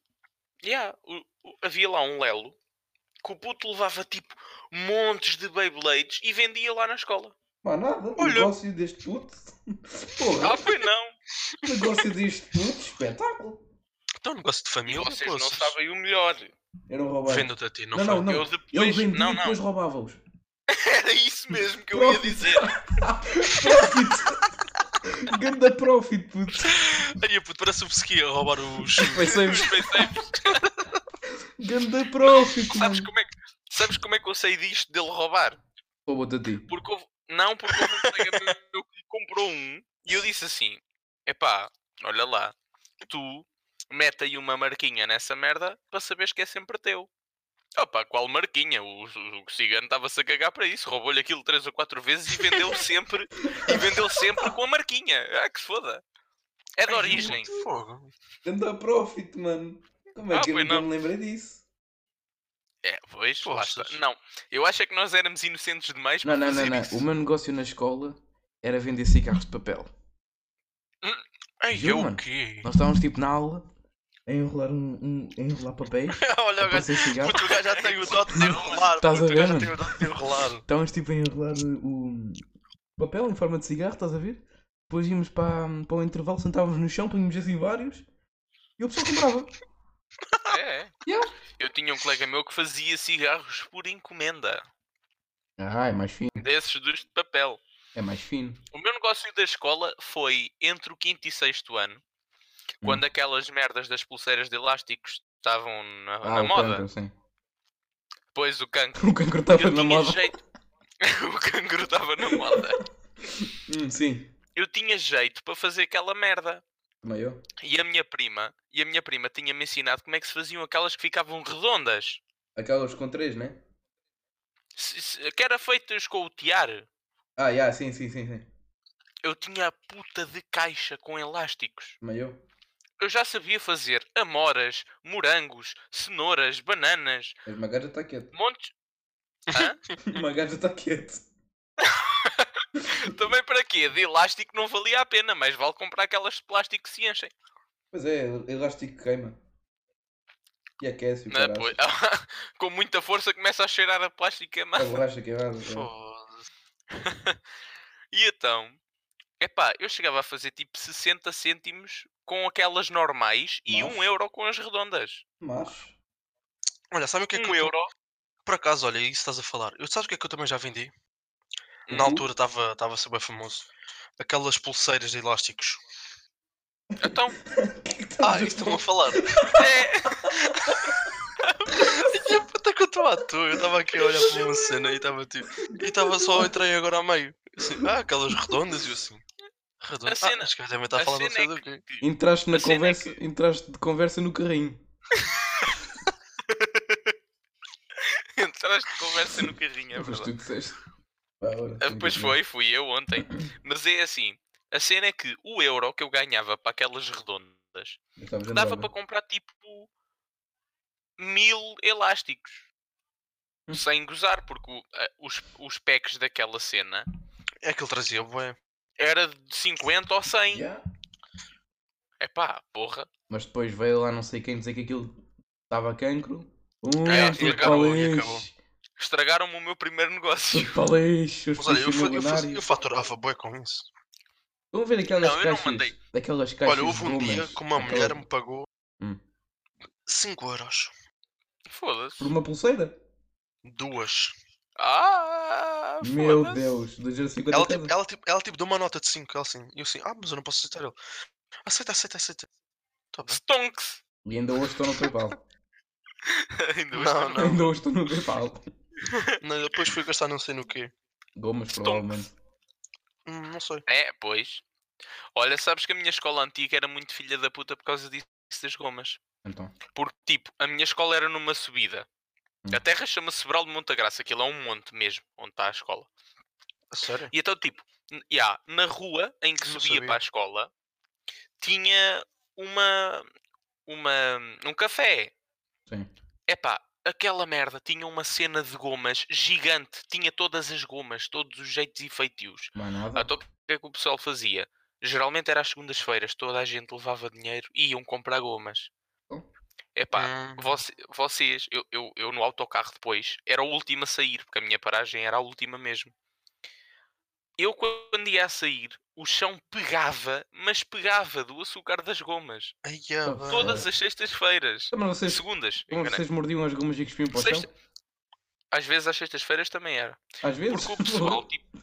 A: yeah, o- o- havia lá um Lelo que o puto levava tipo montes de Beyblades e vendia lá na escola.
C: Mas nada.
B: Olha. Tá.
C: Negócio deste puto.
A: Ah,
C: Porra,
A: foi não!
C: negócio deste puto, espetáculo.
B: Então, negócio de
A: E
B: família,
A: vocês não
B: poças.
A: sabem o melhor.
C: Era um roubado.
B: Vendo-te a ti, não,
C: Não,
B: foi?
C: não, não.
A: Eu
C: Ele
A: depois.
C: vendia
A: Não,
C: e
A: não,
C: depois roubava-os.
A: era isso mesmo que eu ia dizer.
C: Profit. Ganda profit, puto.
B: Aí, puto, parece o Pesqui a roubar os... os-
C: Pensei-vos.
A: Pensei,
C: Ganda profit,
A: sabes,
C: mano.
A: como é que, sabes como é que eu sei disto dele roubar?
C: Roubou-te a ti.
A: Porque houve- não, porque houve um colega meu que comprou um e eu disse assim: epá, olha lá, tu mete aí uma marquinha nessa merda para saberes que é sempre teu. Opa, qual marquinha? O, o, o cigano estava-se a cagar para isso, roubou-lhe aquilo três ou quatro vezes e vendeu sempre e vendeu sempre com a marquinha. Ah, que se foda. É de
B: Ai,
A: origem.
B: puto, Fogo.
C: Ganda profit, mano. Como é
A: Ah,
C: que eu
A: pois
C: nunca
A: não.
C: me lembrei disso?
A: É, pois, lá está.
B: Poças.
A: Não, eu acho é que nós éramos inocentes demais
C: Não,
A: para
C: não, não,
A: fazer
C: não.
A: isso.
C: O meu negócio na escola era vender cigarros de papel.
B: Ai,
C: Juro,
B: eu
C: mano.
B: o quê?
C: Nós estávamos tipo na aula a enrolar, um, um- a enrolar papéis
B: Olha,
C: para
B: o gajo...
C: parecer cigarro.
B: Puto, o gajo já tem o dote de enrolar.
C: Estás
B: puto,
C: a
B: o gajo
C: ver,
B: já
C: mano?
B: tem o dote de enrolar.
C: Estávamos tipo a enrolar o papel em forma de cigarro, estás a ver? Depois íamos para, para o intervalo, sentávamos no chão, punhamos assim vários e o pessoal comprava.
A: É, é.
C: Yeah.
A: Eu tinha um colega meu que fazia cigarros por encomenda.
C: Ah, é mais fino,
A: Desses dos de papel.
C: é mais fino.
A: O meu negócio da escola foi entre o quinto e sexto ano,
C: Hum.
A: quando aquelas merdas das pulseiras de elásticos estavam na, na
C: Ah, o
A: moda.
C: cancro, sim.
A: Depois o cancro.
C: O cancro estava
A: Eu
C: na
A: tinha
C: moda.
A: jeito. o cancro estava na moda.
C: Hum, sim,
A: Eu tinha jeito para fazer aquela merda.
C: também eu.
A: E a minha prima, e a minha prima tinha-me ensinado como é que se faziam aquelas que ficavam redondas.
C: Aquelas com três, né?
A: Se- se- que era feitas com o tiar.
C: Ah, já, sim, sim, sim, sim.
A: Eu tinha a puta de caixa com elásticos.
C: Também eu.
A: Eu já sabia fazer amoras, morangos, cenouras, bananas,
C: Mas uma gaja está quieto.
A: montes. Hã?
C: Uma gaja tá está quieto.
A: Também para quê? De elástico não valia a pena, mas vale comprar aquelas de plástico que se enchem.
C: Pois é, elástico queima. E aquece o
A: Não é,
C: caralho.
A: pois? Com muita força começa a cheirar a plástica,
C: A
A: mas
C: borracha queimada. é.
B: Foda-se.
A: e então, epá, eu chegava a fazer tipo 60 cêntimos com aquelas normais e
C: Nossa.
A: 1 euro com as redondas.
C: Mas.
B: Olha, sabe o que é que
A: 1
B: eu,
A: euro.
B: por acaso, olha, isso estás a falar. Eu, sabes o que é que eu também já vendi? Na
A: Hum.
B: altura estava estava a ser bem famoso. Aquelas pulseiras de elásticos.
A: Então,
B: Ah, isso
A: um
B: estão a falar.
A: é,
B: Até é que eu estou à toa, eu estava aqui a olhar para uma cena e estava tipo. E estava só, entrei agora a meio. Assim, ah, aquelas redondas e eu assim. Redondas.
A: A cena-
B: Ah, acho que também está a
A: a
B: falar não
A: cena
B: sei
A: é
B: do quê.
C: Entraste na
A: A cena é
C: conversa, entraste de conversa no carrinho.
A: entraste de conversa no carrinho, é
C: Mas
A: verdade.
C: tu disseste. Pá, olha,
A: Ah,
C: tem
A: Pois
C: que-
A: foi, fui eu ontem. Mas é assim, a cena é que o euro que eu ganhava para aquelas redondas
C: Eu estava de
A: dava
C: Andorra.
A: para comprar tipo mil elásticos.
C: Hum.
A: Sem gozar, porque o- a- os, os packs daquela cena
B: É que ele trazia, bué.
A: era de 50 ou 100.
C: Yeah.
A: É pá, porra.
C: Mas depois veio lá não sei quem dizer que aquilo estava cancro. Um,
A: Ah,
C: tudo
A: e
C: para
B: acabou,
C: o
B: e
C: lixo.
B: acabou.
A: Estragaram-me o meu primeiro negócio.
C: Tudo para o lixo. os
B: Mas olha, eu, fa- eu, fa-
C: funcionários.
B: eu faturava bué com isso.
C: Vamos ver aquelas
A: Não, eu não
C: caixas.
A: mandei.
C: Daquelas caixas.
B: Olha, houve um
C: de
B: dia
C: gomas,
B: que uma
C: aquela-
B: mulher me pagou
C: Hum.
B: 5 euros.
A: Foda-se.
C: Por uma pulseira?
B: Duas.
A: Ah,
C: Meu
A: foda-se.
C: Deus, 250
B: Ela
C: cada.
B: tipo, ela, tipo, ela tipo deu uma nota de 5, ela assim. E eu assim, ah, mas eu não posso aceitar ele. Aceita, aceita, aceita. Tá bem.
A: Stonks.
C: E ainda hoje estou no PayPal.
A: Ainda
B: Não,
A: hoje estou-
B: não.
C: ainda hoje estou no PayPal.
B: Não, depois fui gastar não sei no quê.
C: Gomas,
A: Stonks.
C: provavelmente.
B: Hum, não sei.
A: É, pois. Olha, sabes que a minha escola antiga era muito filha da puta por causa disso das gomas.
C: Então,
A: Porque, tipo, a minha escola era numa subida.
C: Hum.
A: A terra chama-se Sobral de Monte Graça, aquilo é um monte mesmo, onde está a escola.
B: A sério?
A: E então, tipo, n- e há na rua em que
B: Não
A: subia
B: sabia.
A: para a escola, tinha uma, uma, um café.
C: sim.
A: Epá, aquela merda tinha uma cena de gomas gigante, tinha todas as gomas, todos os jeitos e feitios.
C: Mais
B: Ah,
C: nada.
A: Então o que é que o pessoal fazia? Geralmente era às segundas-feiras, toda a gente levava dinheiro e iam comprar gomas.
C: Hum.
A: Epá,
B: Hum,
A: voce- vocês, eu, eu, eu no autocarro depois, era o último a sair, porque a minha paragem era a última mesmo. Eu quando ia a sair, o chão pegava, mas pegava do açúcar das gomas.
B: ai, ah,
C: Todas-
B: bem.
A: Todas as sextas-feiras.
C: Então, Mas vocês,
A: Segundas,
C: mas
A: enganei.
C: vocês mordiam as gomas e cuspiam para o
A: Vocês-
C: chão?
A: Às vezes às sextas-feiras também era.
C: Às vezes?
A: Porque o pessoal, tipo,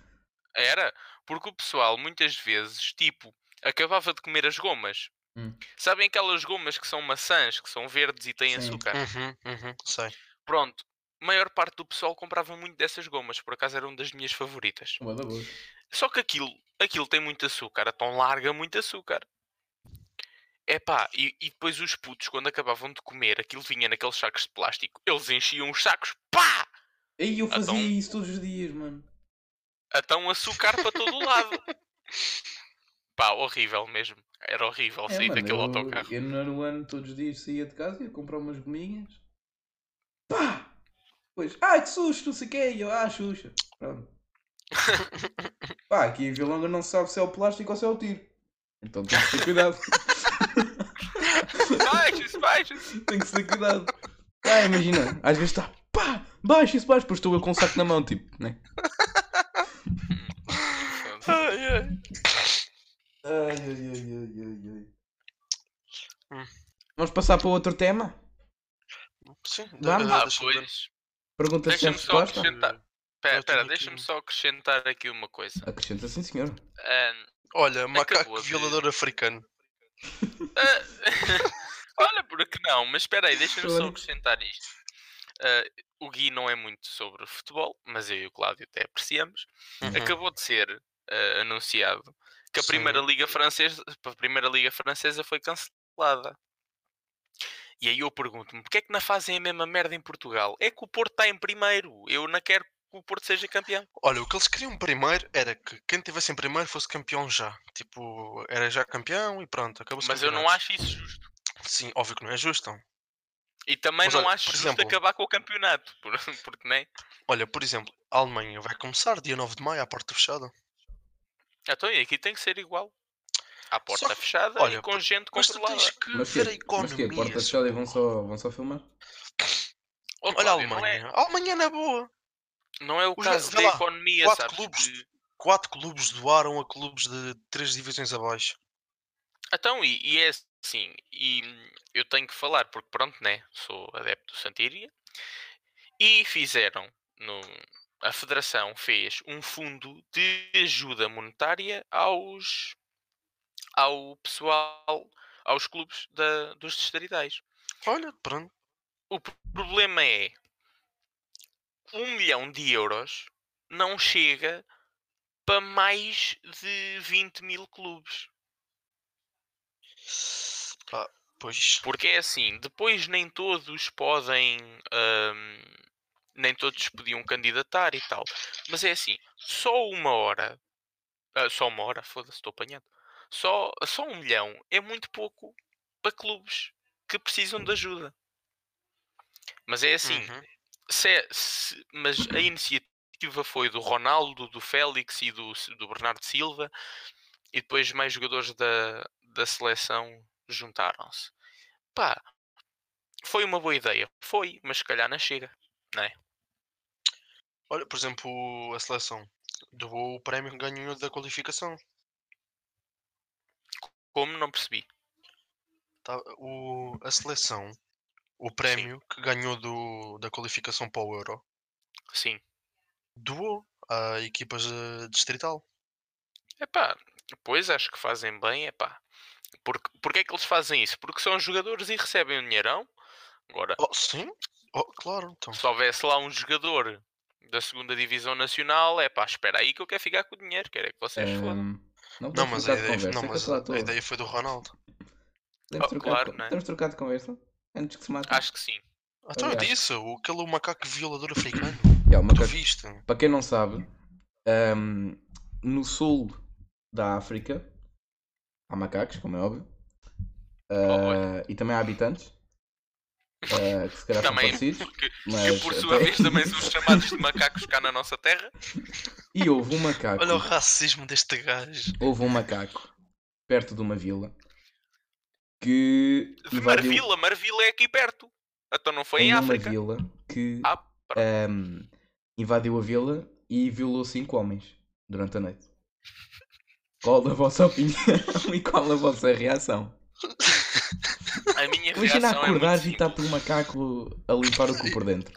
A: era, porque o pessoal muitas vezes, tipo, acabava de comer as gomas.
C: Hum.
A: Sabem aquelas gomas que são maçãs, que são verdes e têm
C: Sim.
A: açúcar?
B: Uhum, uhum, sei.
A: Pronto, a maior parte do pessoal comprava muito dessas gomas, por acaso eram das minhas favoritas.
C: Boa da boa.
A: Só que aquilo, aquilo tem muito açúcar, então larga muito açúcar. Epá, e, e depois os putos, quando acabavam de comer, aquilo vinha naqueles sacos de plástico, eles enchiam os sacos, pá!
C: Ei,
B: Ah,
C: eu fazia
A: Então-
C: isso todos os dias, mano.
A: Então açúcar para todo o lado. Pá, horrível mesmo. Era horrível
C: É,
A: sair
C: mano,
A: daquele
C: eu,
A: autocarro.
C: Eu no nono ano todos os dias saía de casa e ia comprar umas gominhas. Pá! Pois, ai que susto, não sei o quê, e eu, ah, Xuxa. Pronto. Pá, aqui em Vilonga não se sabe se é o plástico ou se é o tiro. Então tem que ter cuidado.
A: Baixas, baixas.
C: tem que ter cuidado. Pá, imagina, às vezes está, pá, baixo isso baixo, depois estou eu com o saco na mão, tipo, né?
B: Ai, ai.
C: Ai, ai, ai, ai, ai, ai.
B: Hum.
C: Vamos passar para outro tema?
B: Sim,
C: Vamos.
A: Ah,
B: deixa-me ver.
A: pois.
C: Pergunta sem
A: Deixa-me só
C: resposta?
A: acrescentar.
B: Eu
A: Pera,
B: tenho
A: pera,
B: aqui
A: deixa-me
B: um.
A: só acrescentar aqui uma coisa.
C: Acrescenta sim, senhor.
A: Ahn,
B: Olha,
A: Acabou
B: macaco
A: de-
B: violador africano.
A: ah, olha, por que não? Mas espera aí, deixa-me só
C: Olha.
A: acrescentar isto. Ah, o Gui não é muito sobre futebol, mas eu e o Cláudio até apreciamos.
B: Uhum.
A: acabou de ser eh, anunciado que a
B: Sim.
A: primeira liga francesa a primeira liga francesa foi cancelada e aí eu pergunto-me porque é que não fazem a mesma merda em Portugal é que o Porto está em primeiro eu não quero que o Porto seja campeão
B: Olha, o que eles queriam primeiro era que quem tivesse em primeiro fosse campeão já. Tipo, era já campeão e pronto, acabou-se
A: mas eu não acho isso justo
B: Sim, óbvio que não é justo.
A: e também
B: Mas
A: não
B: olha,
A: acho
B: por
A: justo
B: exemplo-
A: acabar com o campeonato por- porque nem
B: Olha, por exemplo, a Alemanha vai começar dia 9 de maio à porta fechada.
A: então e aqui tem que ser igual à porta
B: que-
A: fechada
B: olha,
A: e com gente
B: Mas tu
A: controlada
B: tens que
C: Mas que, é-
B: ver a
C: mas que
B: economia.
C: a porta fechada e vão só, vão só filmar?
A: Ó,
B: Olha a
A: Cláudio, não é-
B: Alemanha. A Alemanha não é boa.
A: Não é o
B: Os-
A: caso da
B: vê lá,
A: economia,
B: quatro
A: sabes?
B: clubes.
A: que-
B: Quatro clubes doaram a clubes de três divisões abaixo.
A: Então, e, e é assim, e hum, eu tenho que falar, porque pronto, né? Sou adepto do Santiria. E fizeram, no, a Federação fez um fundo de ajuda monetária aos ao pessoal, aos clubes da, dos distritais.
B: Olha, pronto.
A: O p- problema é um milhão de euros não chega para mais de 20 mil clubes.
B: Pá, pois.
A: Porque é assim, depois nem todos podem. hum, nem todos podiam candidatar e tal. Mas é assim, só uma hora. ah, só uma hora, foda-se, estou apanhado. Só, só um milhão é muito pouco para clubes que precisam de ajuda. Mas é assim,
B: Uhum.
A: se é- se- mas a iniciativa foi do Ronaldo, do Félix e do, S- do Bernardo Silva, e depois mais jogadores da, da seleção juntaram-se. Pá, foi uma boa ideia, foi, mas se calhar não chega.
B: Olha, por exemplo, a seleção doou o prémio que ganhou da qualificação.
A: Como não percebi?
B: Tá, o, a seleção, o prémio que ganhou do, da qualificação para o Euro,
A: Sim.
B: doou a equipas eh, distrital.
A: Epá, pois acho que fazem bem, epá. Porque, porque é que eles fazem isso? Porque são jogadores e recebem o dinheirão. Agora,
B: Oh, sim? Oh, claro, então.
A: se houvesse lá um jogador da segunda divisão nacional, é pá, espera aí que eu quero ficar com o dinheiro, quero é que vocês
C: Ehm,
A: foram.
C: não,
B: Não,
C: podemos
B: mas a
C: trocar de
B: ideia, é não,
C: conversa.
B: mas
C: cancelar
B: a,
C: a tua.
B: ideia é foi do Ronaldo.
A: Ah,
C: Podemos trocar,
A: claro,
B: é?
C: de...
A: né?
C: Podemos trocar de conversa? Antes que se mate.
A: Acho que sim.
B: Então eu
C: Aliás.
B: disse, o- aquele macaco violador africano.
C: Yeah, o
B: Tu
C: macaco-
B: viste?
C: Para quem não sabe, ahm, no sul da África há macacos, como é óbvio, Ah, e também há habitantes ah, que se calhar são
A: Também.
C: parecidos,
A: Que,
C: mas então eh,
A: que por sua
C: até-
A: vez também são chamados de macacos cá na nossa terra.
C: E houve um macaco,
B: Olha o racismo deste gajo.
C: houve um macaco perto de uma vila que
A: De
C: invadiu
A: Marvila, Marvila é aqui perto. Então não foi em,
C: em um uma
A: África.
C: vila que
A: Ah, pronto.
C: ahm, invadiu a vila e violou cinco homens durante a noite. Qual a vossa opinião e qual a vossa reação?
A: A minha
C: Imagina
A: reação é muito
C: acordares e está
A: simples.
C: por um macaco a limpar o cu por dentro.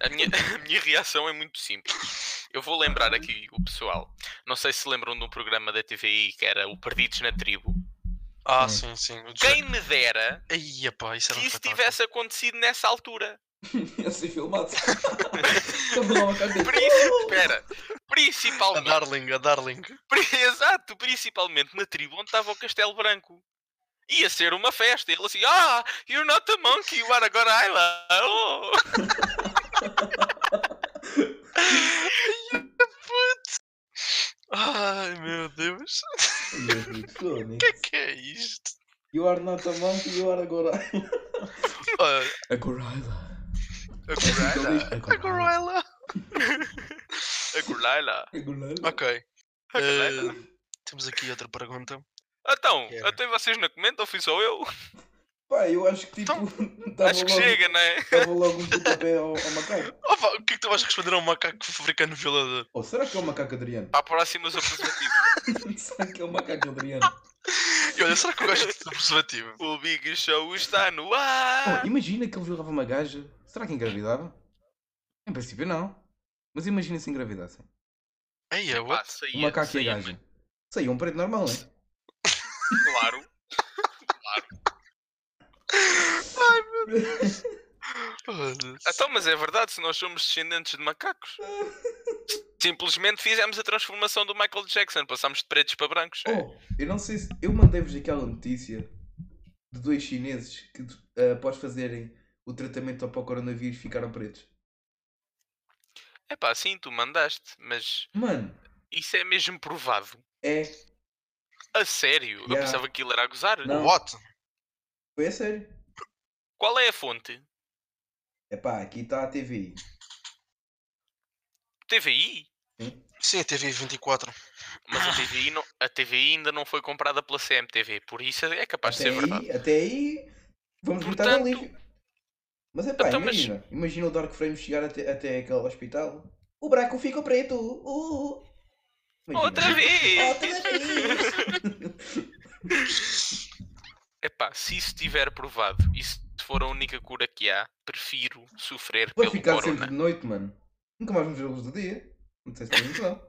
A: A minha, a minha reação é muito simples. Eu vou lembrar aqui o pessoal. Não sei se lembram de um programa da TVI que era o Perdidos na Tribo.
B: Ah,
C: Sim.
B: sim, sim. o
A: Quem me dera
B: Aí, pá,
C: é
B: isso era
A: que
B: um
A: isso
B: espetáculo.
A: tivesse acontecido nessa altura.
C: Ia ser filmado. Estamos lá uma cadeira.
A: Principalmente, espera,
B: A
A: principalmente,
B: Ah, Darling, a Darling.
A: pri- exato, principalmente na tribo onde estava o Castelo Branco. Ia ser uma festa. Ele assim, ah, you're not a monkey, you are a gorilla. Oh.
B: Ai, meu Deus. O que é que é isto?
C: You are not a monkey, you are a gorilla.
B: Ah,
C: A gorilla.
A: A gorila,
C: é
B: a Gorilla.
A: a gorila,
C: A gorilla.
B: Ok.
A: a gorila.
B: eh, temos aqui outra pergunta.
A: Então,
C: É.
B: Yeah.
A: até vocês não comentam, fui só eu.
C: Pá, eu acho que tipo. dava
A: Então, Acho que
C: logo-
A: chega, não é?
C: Dava logo um pontapé ao, ao macaco.
B: Opa, o que é que tu vais responder a um macaco africano violador?
C: Ou será que é o macaco Adriano?
A: Para a próxima, sou positivo.
C: será que é o macaco Adriano?
B: E olha, será que eu gosto de preservativo?
A: O Big Show está no ar.
C: Oh, imagina que ele violava uma gaja. Será que engravidava? Em princípio, não. Mas imagina se engravidassem.
B: Ei, é
A: Pá,
B: what?
C: O
A: saía-
C: macaco e a
A: saía
C: gaja. Saía um preto normal, é?
A: Claro.
C: é?
A: Então, mas é verdade, se nós somos descendentes de macacos. Simplesmente fizemos a transformação do Michael Jackson, passámos de pretos para brancos. é.
C: Oh, eu não sei se. Eu mandei-vos aquela notícia de dois chineses que, eh, após fazerem o tratamento para o coronavírus, ficaram pretos.
A: É pá, sim, tu mandaste, mas
C: Mano,
A: isso é mesmo provado.
C: é.
A: A sério, eu
C: Yeah.
A: pensava que aquilo era a gozar.
C: Não.
B: What?
C: Foi a sério.
A: Qual é a fonte?
C: Epá, aqui está a TVI.
A: TVI?
B: Sim, é a TV 24.
A: Mas a TVI, não- a TVI ainda não foi comprada pela CMTV, por isso é capaz de
C: Até
A: ser verdade.
C: aí, até aí. Vamos botar
A: Portanto,
C: alívio. Mas é pá,
A: Então, mas-
C: imagina. Imagina o Dark Frame chegar até, até aquele hospital. O buraco fica preto. Uh, uh. Imagina.
A: Outra vez!
C: Outra vez.
A: Epá, se isso tiver provado e se for a única cura que há, prefiro sofrer
C: Vai
A: pelo
C: ficar sempre
A: corona.
C: de noite, mano. Nunca mais vamos ver a luz do dia. Não sei se tem noção.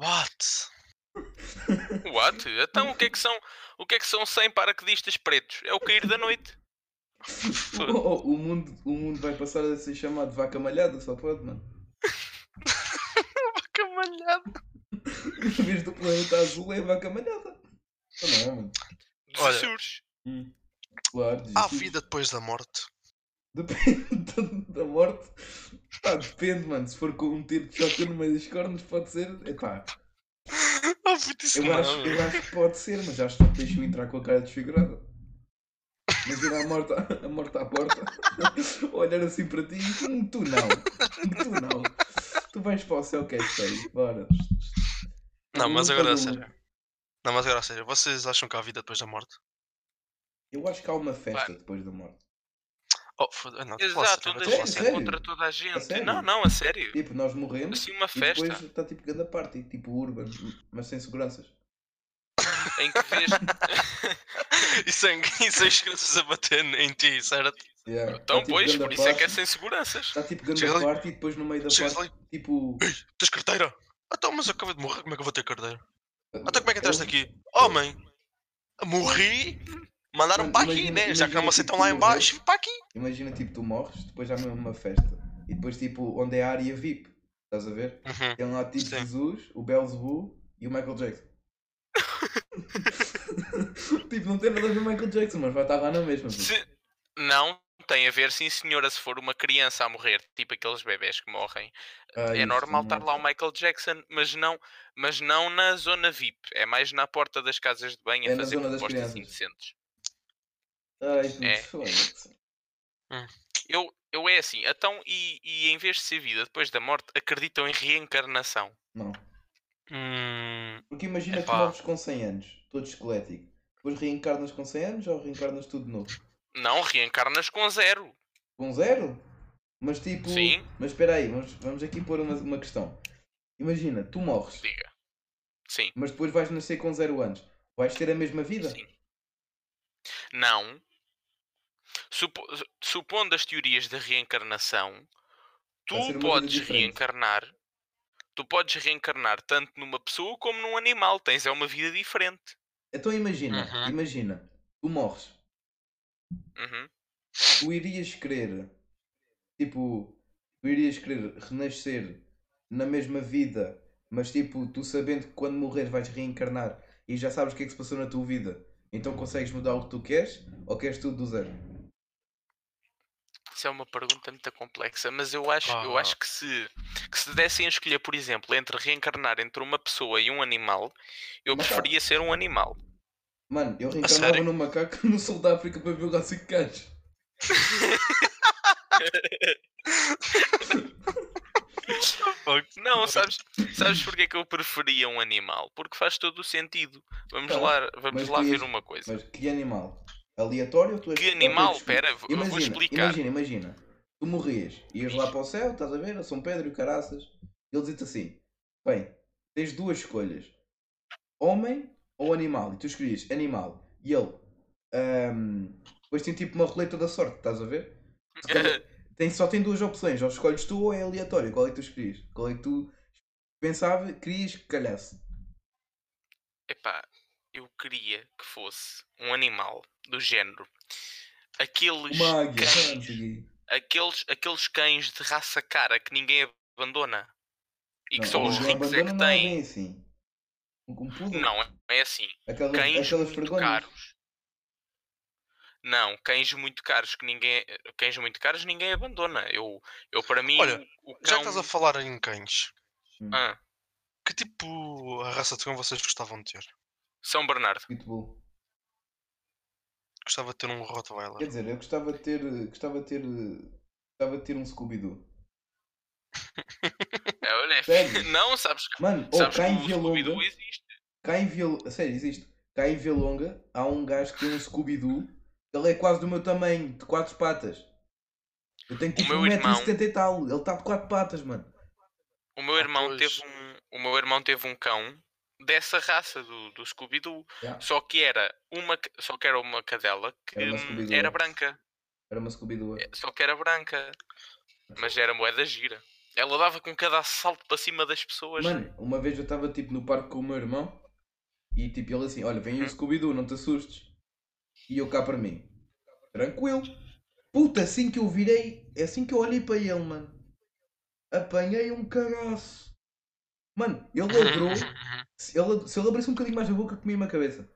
B: What?
A: What? Então o que é que são, o que é que são 100 paraquedistas pretos? É o cair da noite.
C: O- o, o mundo, o mundo vai passar a ser chamado vaca malhada, só pode, mano.
B: Que malhado.
C: Em vez do planeta azul é vaca malhada. Ah, não, mano.
B: Olha.
A: Jesus. Ah,
C: Claro,
B: Há
C: Jesus.
B: vida depois da morte.
C: Depende da morte. Pá, depende, mano. Se for com um tiro que choca no meio dos cornos, pode ser. Epá,
B: Há vida isso
C: eu,
B: não.
C: acho, eu acho que pode ser, mas acho que não te deixam entrar com a cara desfigurada. Imagina a morte, a morte à porta, olhar assim para ti, hum, tu não, tu não, tu vais para o céu que és feio, bora.
B: Não, mas
C: Nunca um.
B: agora a
C: dou-
B: sério. Não, mas agora a sério. Vocês acham que há vida depois da morte?
C: Eu acho que há uma festa depois da morte.
B: Oh, foda-se. Não, estou a falar
A: Exato,
B: sério,
A: onde a gente se
B: estou a falar sério.
C: é sério?
A: encontra toda a gente.
C: sério?
A: não, não, a sério.
C: Tipo, nós morremos
A: Assim uma
C: e
A: festa
C: depois está tipo grande party, tipo urban, mas sem seguranças.
A: em que vês.
B: E sem, e sem crianças a bater em ti, certo?
C: Yeah, tá
A: Então,
C: tipo
A: pois,
C: ganda
A: por isso é que é
C: party.
A: sem seguranças.
C: Está tipo grande
B: Chega ali.
C: parte e depois no meio da
B: Chegas
C: parte,
B: ali,
C: tipo.
B: tens carteira? Então, mas eu acabei de morrer, como é que eu vou ter carteira? Então, como é que entraste
C: entraste
B: aqui? Homem, morri, mandaram
C: Mano,
B: para aqui,
C: imagina-
B: né? Já que não me
C: imagina que
B: aceitam
C: tu
B: lá em baixo, para aqui.
C: Imagina, tipo, tu morres, depois há mesmo uma festa. E depois, tipo, onde é a área VIP, estás a ver?
B: Uhum.
C: Tem lá, tipo,
B: Sim.
C: Jesus, o Belzebu e o Michael Jackson. tipo, não tem nada a ver o Michael Jackson, mas vai estar lá na mesma. puto.
A: Se- Não, tem a ver, sim, senhora, se for uma criança a morrer, tipo aqueles bebés que morrem.
C: Ah,
A: é
C: isso,
A: normal estar
C: não.
A: lá o Michael Jackson, mas não, mas não na zona VIP. É mais na porta das casas de banho
C: É
A: a
C: na
A: fazer
C: zona das
A: propostas
C: crianças.
A: indecentes.
C: Ai, puto,
A: É.
C: foda-se.
A: Eu, eu é assim, então, e, e em vez de ser vida depois da morte, acreditam em reencarnação.
C: Não.
B: Hum,
C: Porque imagina que
B: Epá.
C: morres com 100 anos, todo esquelético. Depois reencarnas com 100 anos ou reencarnas tudo de novo?
A: Não, reencarnas com zero.
C: Com zero? Mas tipo.
A: Sim.
C: Mas espera aí, vamos, vamos aqui pôr uma, uma questão. Imagina, tu morres,
A: Diga. Sim,
C: mas depois vais nascer com zero anos. Vais ter a mesma vida?
A: sim. Não. Supo- supondo as teorias da reencarnação,
C: Vai ser
A: tu
C: uma vida
A: podes
C: diferente.
A: reencarnar. Tu podes reencarnar tanto numa pessoa como num animal. Tens é uma vida diferente.
C: Então imagina,
B: Uhum.
C: imagina, tu morres,
A: Uhum.
C: tu irias querer, tipo, tu irias querer renascer na mesma vida, mas tipo, tu sabendo que quando morreres vais reencarnar e já sabes o que é que se passou na tua vida, então consegues mudar o que tu queres ou queres tudo do zero?
A: Isso é uma pergunta muito complexa, mas eu acho, eu
B: Pá.
A: acho que, se, que se dessem a escolher, por exemplo, entre reencarnar entre uma pessoa e um animal, eu
C: Mas tá.
A: preferia ser um animal.
C: Mano, eu reencarnava
B: sério?
C: num macaco no sul da África para violar cinco cães.
B: fuck.
C: é?
A: Não, sabes, sabes porque é que eu preferia um animal? Porque faz todo o sentido. Vamos
C: Tá,
A: lá, vamos
C: mas
A: lá
C: tu
A: ver
C: ias-
A: uma coisa.
C: Mas que animal? Aleatório? ou Tu és-
A: Que
C: ou tu
A: animal?
C: és-
A: Espera, vou
C: Imagina,
A: vou explicar.
C: imagina, imagina. Tu morrias, ias lá para o céu, estás a ver? a São Pedro e o caraças. E ele diz-te assim: Bem, tens duas escolhas: homem ou animal. E tu escolhias animal. E ele. ahm, depois tem tipo uma roleta da sorte, estás a ver? Se calhar- Tem, só tem duas opções: ou escolhes tu ou é aleatório. Qual é que tu escolhias? Qual é que tu pensava, querias que calhasse?
A: Epá, eu queria que fosse um animal do género. Aqueles
C: Uma águia.
A: cães-
C: não sei o quê.
A: aqueles, aqueles cães de raça cara que ninguém abandona e que
C: Não,
A: só os
C: o
A: ricos é
C: abandono
A: que
C: não
A: têm.
C: bem assim. Um um poodle?
A: Não, é assim.
C: Aquelas,
A: Cães
C: aquelas
A: muito
C: vergonhas.
A: caros. Não, cães muito caros que ninguém. Cães muito caros ninguém abandona. Eu, eu para mim,
B: Olha,
A: o, o
B: Já
A: cão.
B: que estás a falar em cães,
C: Hum,
A: Ah,
B: que tipo a raça de cão vocês gostavam de ter?
A: São Bernardo.
C: Pitbull.
B: Gostava de ter um
C: Quer
B: Rottweiler.
C: dizer, eu gostava de ter. Gostava de ter. Gostava de ter um Scooby-Doo.
A: É, olha,
C: Sério?
A: não, sabes que.
C: Mano, oh, ou
A: Sabes
C: cá em
A: que o
C: Vilonga.
A: Scooby-Doo existe.
C: Cá em Vilonga. Sério, existe. Cá em Vilonga há um gajo que tem um Scooby-Doo. Ele é quase do meu tamanho, de quatro patas. Eu tenho tipo
A: meu
C: 1,70m
A: irmão-
C: e tal. Ele está de quatro patas, mano.
A: O meu irmão
B: pois.
A: teve um, o meu irmão teve um cão dessa raça do, do Scooby Doo,
C: Yeah.
A: só que era uma ca- só que era uma cadela que
C: Era uma
A: hum,
C: Scooby-Doo.
A: era branca,
C: Era uma Scooby-Doo.
A: só que era branca, mas era moeda gira. Ela dava com cada assalto para cima das pessoas.
C: Mano, uma vez eu estava tipo no parque com o meu irmão e tipo ele assim, olha, vem aí o
A: Hum?
C: Scooby-Doo, não te assustes. E eu cá para mim, tranquilo. Puta, assim que eu virei, assim que eu olhei para ele, mano, apanhei um cagaço. Mano, ele lavrou,
B: Tipo
C: se ele, se ele abrisse um bocadinho mais a boca, comia-me a cabeça.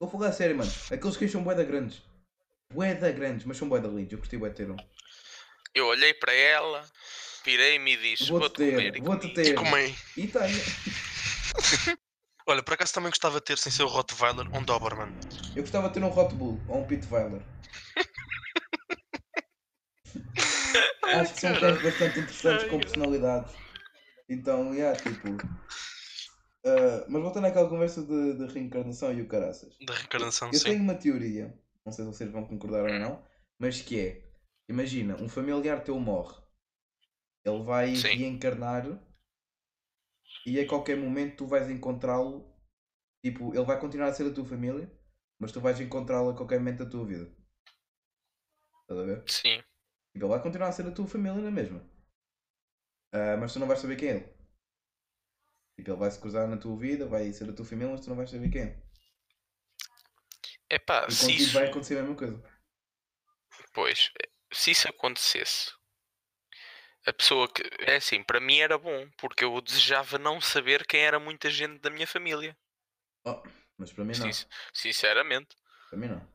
C: Vou falar a sério, mano, aqueles que são boeda grandes. Boeda grandes, mas são boeda lindos, eu gostei bué de ter um.
A: Eu olhei para ela, virei-me e disse:
C: Vou-te
A: Vou-te
C: ter,
A: comer. e
C: vou-te
A: comi.
C: ter.
B: E como é?
C: E tá,
B: Olha, por acaso também gostava de ter, sem ser o Rottweiler, um Doberman.
C: eu gostava de ter um Hot Bull ou um Pitweiler. Acho que são cães bastante interessantes com personalidade. Então, yeah, tipo. ah, mas voltando àquela conversa de, de reencarnação e o caraças.
B: Da reencarnação,
C: Eu
B: sim.
C: tenho uma teoria, não sei se vocês vão concordar ou não, mas que é: imagina, um familiar teu morre, ele vai
A: Sim.
C: reencarnar e a qualquer momento tu vais encontrá-lo. Tipo, ele vai continuar a ser da tua família, mas tu vais encontrá-lo a qualquer momento da tua vida. Estás a ver?
A: Sim,
C: Tipo, ele vai continuar a ser da tua família na mesma. Ah, mas tu não vais saber quem é ele. Tipo, ele vai se cruzar na tua vida, vai ser da tua família, mas tu não vais saber quem é ele.
A: é pá,
C: E
A: se
C: contigo
A: isso,
C: vai acontecer a mesma coisa.
A: pois, se isso acontecesse, a pessoa que. É assim, para mim era bom, porque eu desejava não saber quem era muita gente da minha família.
C: Mas para mim não.
A: Sin- Sinceramente.
C: Para mim não. Para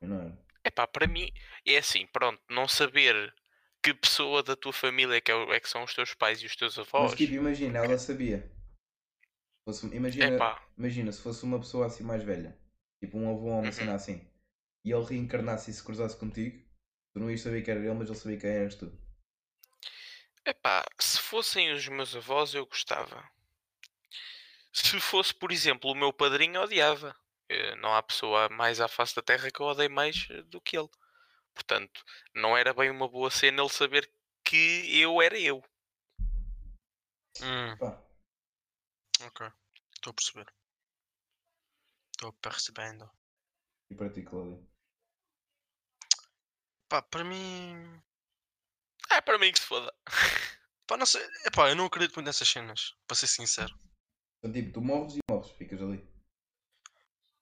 C: mim não era.
A: É pá, para mim é assim, pronto, não saber que pessoa da tua família é que, é o- é que são os teus pais e os teus avós.
C: Mas tipo, imagina, ela sabia. Se fosse-
A: É
C: imagina,
A: pá,
C: imagina se fosse uma pessoa assim mais velha. Tipo um avô ou uma
A: Uhum.
C: cena assim. E ele reencarnasse e se cruzasse contigo, tu não ias saber quem era ele, mas ele sabia quem eras tu.
A: é pá, se fossem os meus avós eu gostava. Se fosse, por exemplo, o meu padrinho, eu odiava. Eh, Não há pessoa mais à face da terra que eu odeie mais eh, do que ele. Portanto, não era bem uma boa cena ele saber que eu era eu.
B: Hum,
C: Pá,
B: ok. Estou a perceber. Estou percebendo.
C: e para ti, Cláudio?
B: Pá, para mim.
A: É para mim que se foda.
B: Pá, não sei. Epá, eu não acredito muito nessas cenas, para ser sincero.
C: Então, tipo, tu morres e morres, ficas ali.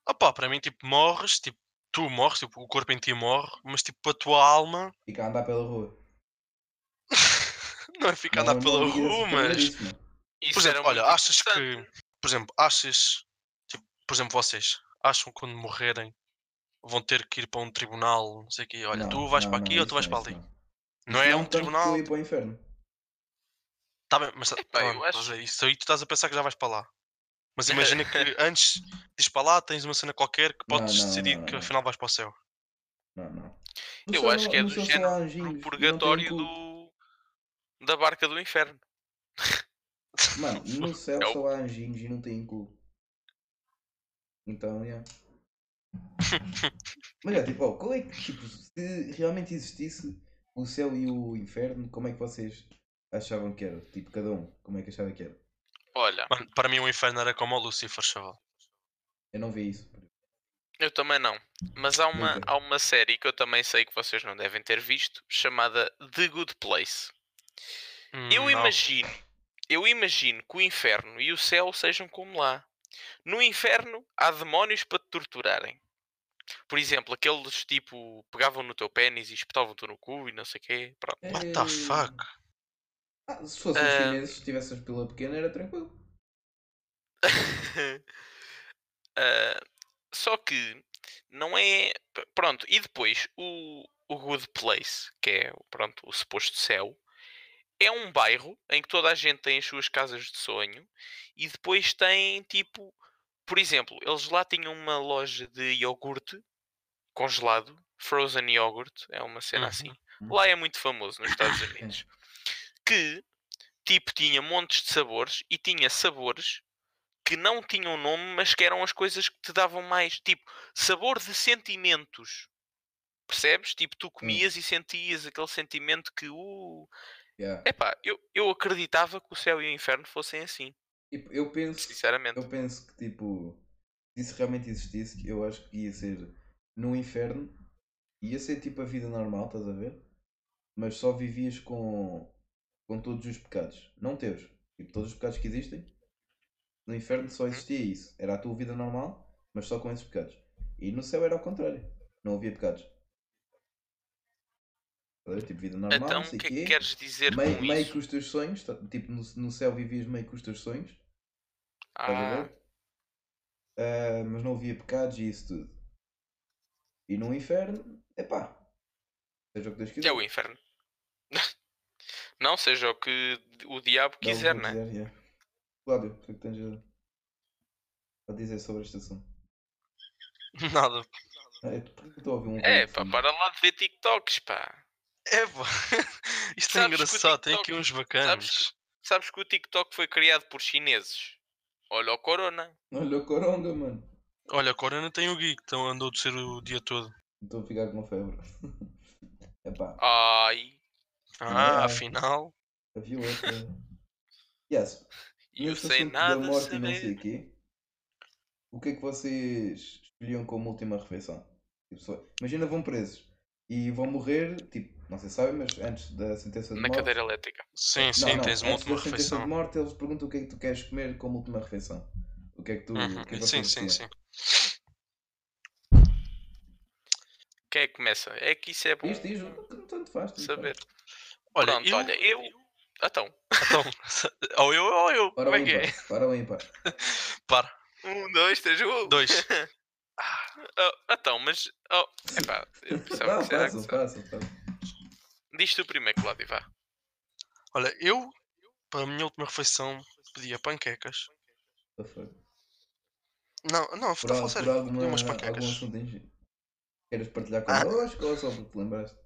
B: Ah, pá, para mim, tipo, morres, tipo, tu morres, tipo, o corpo em ti morre, mas tipo, a tua alma
C: Fica a andar pela rua.
B: não é ficar a andar pela rua, mas.
A: Isso
B: Por exemplo,
A: era
B: olha,
A: muito
B: achas que.
A: interessante.
B: Por exemplo, achas. Tipo, por exemplo, vocês acham que quando morrerem vão ter que ir para um tribunal, não sei o quê. Olha, tu vais para
C: é
B: aqui ou tu vais para ali. Não, é um tribunal.
C: Tu ir para o inferno.
B: Tá bem, mas
A: Epá, eu
B: pronto, estás
A: acho-
B: aí. Isso aí tu estás a pensar que já vais para lá. Mas
C: É.
B: imagina que antes de ires para lá tens uma cena qualquer que
C: Não,
B: podes
C: não, não,
B: decidir
C: não,
B: que
C: não.
B: afinal vais para o céu.
C: Não, não. No
A: Eu
C: céu
A: acho
C: não-
A: que é
C: no
A: do
C: céu só há
A: género
C: anjinhos, não
A: no
C: tem
A: purgatório
C: cu.
A: do da barca do inferno.
C: Mano, no céu
A: É o-
C: só há anjinhos e não tem cu. Então, yeah. Mas é tipo, ó, qual é que, tipo, se realmente existisse o céu e o inferno, como é que vocês achavam que era? Tipo, cada um, como é que achava que era?
A: Olha,
B: Mano, para mim o inferno era como o Lucifer, chaval.
C: Eu não vi isso.
A: eu também não. Mas há uma,
C: Nunca.
A: há uma série que eu também sei que vocês não devem ter visto, chamada The Good Place.
B: Hum,
A: Eu
B: não.
A: imagino, eu imagino que o inferno e o céu sejam como lá. No inferno há demónios para te torturarem. Por exemplo, aqueles tipo pegavam no teu pênis e espetavam-te no cu e não sei o quê. Pronto.
B: What
C: Eh,
B: the fuck?
C: Ah, se fossem
A: Ah.
C: chineses, se tivessem pila pequena, era tranquilo.
A: Ah, só que não é. p- Pronto, e depois o, o Good Place, que é pronto, o suposto céu, é um bairro em que toda a gente tem as suas casas de sonho e depois tem tipo. Por exemplo, eles lá tinham uma loja de iogurte congelado, frozen iogurte, é uma cena
B: Uhum.
A: assim.
C: Uhum.
A: Lá é muito famoso nos
C: É.
A: Estados Unidos. Que tipo tinha montes de sabores e tinha sabores que não tinham nome, mas que eram as coisas que te davam mais, tipo, sabor de sentimentos. Percebes? Tipo,
C: Hum.
A: tu comias e sentias aquele sentimento que o.
C: Yeah.
A: Epá, eu, eu acreditava que o céu e o inferno fossem assim,
C: Tipo, eu penso,
A: sinceramente.
C: eu penso que tipo, se isso realmente existisse, que eu acho que ia ser no inferno, ia ser tipo a vida normal, estás a ver? Mas só vivias com, com todos os pecados, não teus. Tipo, todos os pecados que existem, no inferno
A: Uhum.
C: só existia isso. Era a tua vida normal, mas só com esses pecados. E no céu era ao contrário, não havia pecados. Estás a ver? Tipo, vida normal,
A: Então,
C: não sei
A: o que é
C: quê.
A: que queres dizer
C: meio,
A: com
C: meio
A: isso?
C: que os teus sonhos, tá- tipo no, no céu vivias meio que os teus sonhos, estás a
A: Ah,
C: ver? Ah, mas não havia pecados e isso tudo. E no inferno, epá, seja o que Deus
A: que
C: quiser.
A: é o inferno. Não seja o que o diabo
C: Dá o que
A: quiser,
C: Deus
A: não é?
C: quiser, yeah. Cláudio, o que é que tens a, a dizer sobre este assunto?
B: Nada.
C: Ah, eu- porque eu estou a ouvir um
A: É,
C: barulho
A: pá,
C: de fundo?
A: para lá de ver TikToks, pá.
B: É, pá. Isto é
A: Sabes que o
B: engraçado, tem
A: TikTok-
B: aqui uns bacanas.
A: sabes Sabes que o TikTok foi criado por chineses? Olha o Corona.
C: Olha o coronga, mano.
B: Olha, a Corona tem o Gui, que então andou de ser o dia todo.
C: Estou a ficar com febre. epá,
A: Ai.
B: Ah,
C: Ah.
B: afinal.
C: havia outra. Yes,
A: Eu
C: Neste
A: sem
C: assunto
A: nada
C: da morte e não sei
A: saber.
C: o quê, o que é que vocês escolhiam como última refeição? Tipo, só- imagina vão presos e vão morrer, tipo, não sei se sabem, mas antes da sentença de
A: Na
C: morte.
A: cadeira elétrica.
B: Sim,
C: não, é
B: sim, tens uma
C: não, antes da
B: última
C: sentença
B: refeição.
C: de morte eles perguntam o que é que tu queres comer como última refeição. O que é que tu.
B: Uhum,
C: o que é que
B: Sim,
C: vocês
B: sim,
C: escolhiam?
B: sim.
A: Quem é que começa? É que isso é bom
C: Isto diz, não tanto faz. tanto
A: saber.
B: Olha,
A: Pronto,
B: eu...
A: olha, eu. Então,
B: Então, ou eu ou eu.
C: faz. Para
B: Como
C: o
B: é que é?
C: ímpar. Para o ímpar.
B: Para.
A: um, dois, três, um.
B: Dois.
A: Oh, então, mas. Oh, epá, eu
B: é
A: pensava
C: Não,
A: que será
C: façam,
A: que.
C: façam, façam.
A: Diz tu primeiro, Cláudio, vá.
B: Olha, eu, para a minha última refeição, pedia panquecas. Então,
C: What the fuck?
B: Não, não,
C: Por,
B: estou a falar
C: al- por
B: sério.
C: alguma,
B: Pedia umas
C: algum
B: panquecas.
C: assunto em gi- Queres partilhar
B: Ah.
C: connosco ou só porque te lembraste?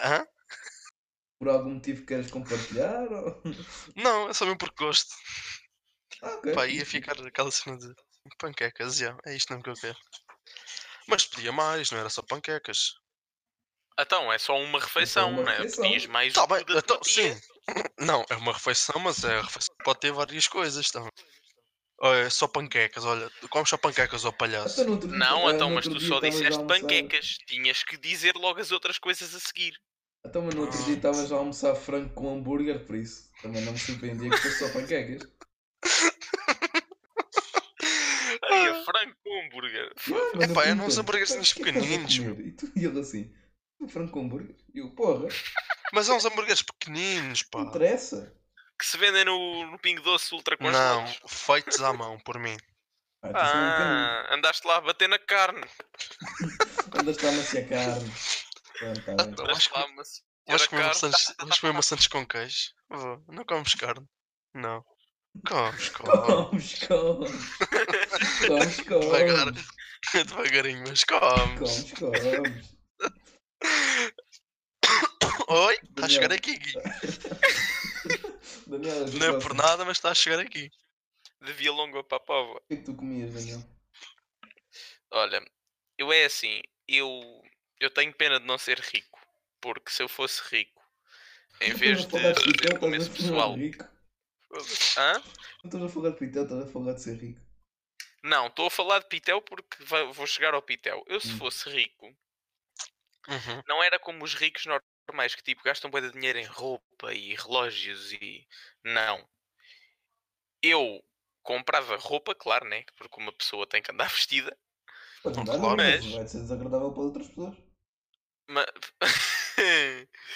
B: Hã?
C: Por algum motivo queres compartilhar? Ou...
B: Não, é só mesmo porque gosto.
C: Ah, ok.
B: Pá, ia ficar aquela cena de panquecas, já, é isto mesmo que eu quero. Mas pedia mais, não era só panquecas.
A: Então, é só uma refeição,
C: uma
A: né?
C: refeição.
A: Pedias mais
B: Tá
A: um
B: bem,
A: da tua
B: então,
A: tia.
B: sim. Não, é uma refeição, mas é a refeição que pode ter várias coisas também. É só panquecas, olha, tu comes só panquecas ao palhaço.
C: Até no outro dia-
A: Não,
C: ah,
A: então,
C: no
A: mas
C: outro
A: tu
C: dia
A: só
C: estavas a
A: disseste
C: almoçar-
A: panquecas. Tinhas que dizer logo as outras coisas a seguir.
C: Então, mas no outro dia estavas a almoçar frango com hambúrguer, por isso também não me surpreendia que fosse só panquecas.
A: Ai, a frango com hambúrguer.
C: Ah, mas
B: Epá,
C: eu
B: eram uns hambúrgueres
C: perguntei-lhe, "Pá, o que é que estás a
B: pequeninos,
C: comer?" E tu- e ele assim, "Um frango com hambúrguer? E eu, porra,
B: Mas é uns hambúrgueres pequeninos, pá.
C: não interessa.
A: Que se vendem no, no Pingo Doce ultra
B: Não, é feitos à mão, por mim.
C: Ah, tu só um
A: Ah, andaste lá a bater na carne.
C: bocadinho. Andas-te assim a amaciar carne. Pronto, tá bem.
B: Eu acho
A: Andaste
B: que-
A: lá a maci-
B: Vais
A: era
B: comer
A: carne.
B: maçãs, vais comer maçãs com queijo? Vou. Não comes carne? Não. Comes, comes.
C: Comes, comes. Comes,
B: Devagar.
C: comes.
B: Devagarinho, mas comes.
C: Comes, comes.
B: Oi, está a
C: Daniel.
B: chegar aqui, Gui.
C: Daniel, és o
B: Não é por
C: próximo.
B: nada, mas está a chegar aqui.
A: De Via Longa para a Póvoa.
C: O que é que tu comias, Daniel?
A: Olha, eu é assim, eu, eu tenho pena de não ser rico. Porque se eu fosse rico, em
C: Tu
A: vez
C: estás a
A: de
C: falar de pitel,
A: fazer como
C: estás
A: esse
C: a falar
A: pessoal.
C: de rico.
A: Hã?
C: Não estás a falar de pitel, estás a falar de ser rico.
A: Não, estou a falar de Pitel porque va- vou chegar ao Pitel. Eu se
C: Hum.
A: fosse rico,
B: Uhum.
A: não era como os ricos normais que tipo gastam bué de dinheiro em roupa e relógios e não. Eu comprava roupa, claro, né? Porque uma pessoa tem que andar vestida,
C: Pode
B: Não,
C: mudar,
B: claro.
C: mas
A: Mas-
C: é? vai ser desagradável para outras pessoas. É,
A: mas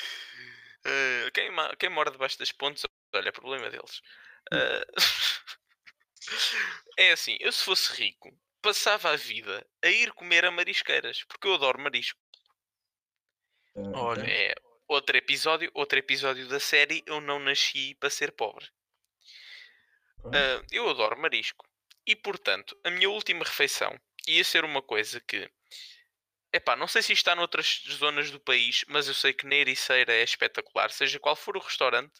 A: Eh, quem, ma- quem mora debaixo das pontes, olha, é problema deles. Eh, é assim, eu se fosse rico, passava a vida a ir comer a marisqueiras, porque eu adoro marisco.
C: Ah, ok.
B: Olha.
A: É outro episódio, outro episódio da série Eu não nasci para ser pobre.
C: Pronto.
A: Ah, eu adoro marisco. E portanto, a minha última refeição ia ser uma coisa que. Epá, não sei se isto está noutras zonas do país, mas eu sei que na Ericeira é espetacular, seja qual for o restaurante,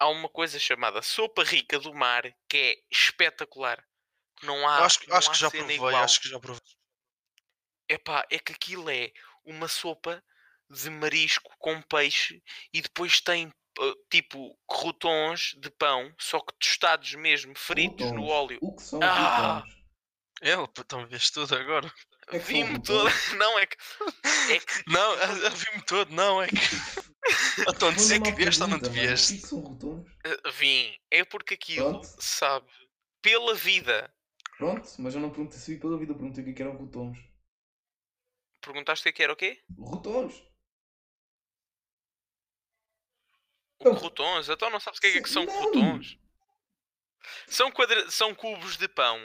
A: há uma coisa chamada sopa rica do mar que é espetacular. Não há.
B: acho que-
A: Ah, não
B: acho
A: há
B: que já
A: cena
B: provei,
A: igual.
B: acho que já provei.
A: Epá, é que aquilo é uma sopa de marisco com peixe e depois tem eh, tipo croutons de pão, só que tostados mesmo, fritos no
C: Croutons.
A: óleo.
C: O que são
A: Ah!
C: os
B: Ele, então vês tudo agora.
C: É que são
A: Vi-me toda.
C: croutons.
A: Não é que.
B: Não, eu- eu vi-me todo, não, é que. Então,
C: Responde-me
B: dizer que
C: à
B: vieste ou não
C: pergunta, mano.
B: devieste.
C: O que é que são rotões?
A: eh, Vim. É porque aquilo,
C: Pronto.
A: sabe? Pela vida.
C: Pronto, mas eu não perguntei se vi pela vida, eu perguntei o que é que eram rotões.
A: Perguntaste o que é que era o quê?
C: Rotões?
A: O
C: Não.
A: croutons? Então não sabes o que é que
C: Sim,
A: são
C: não.
A: croutons? São, quadra... são cubos de pão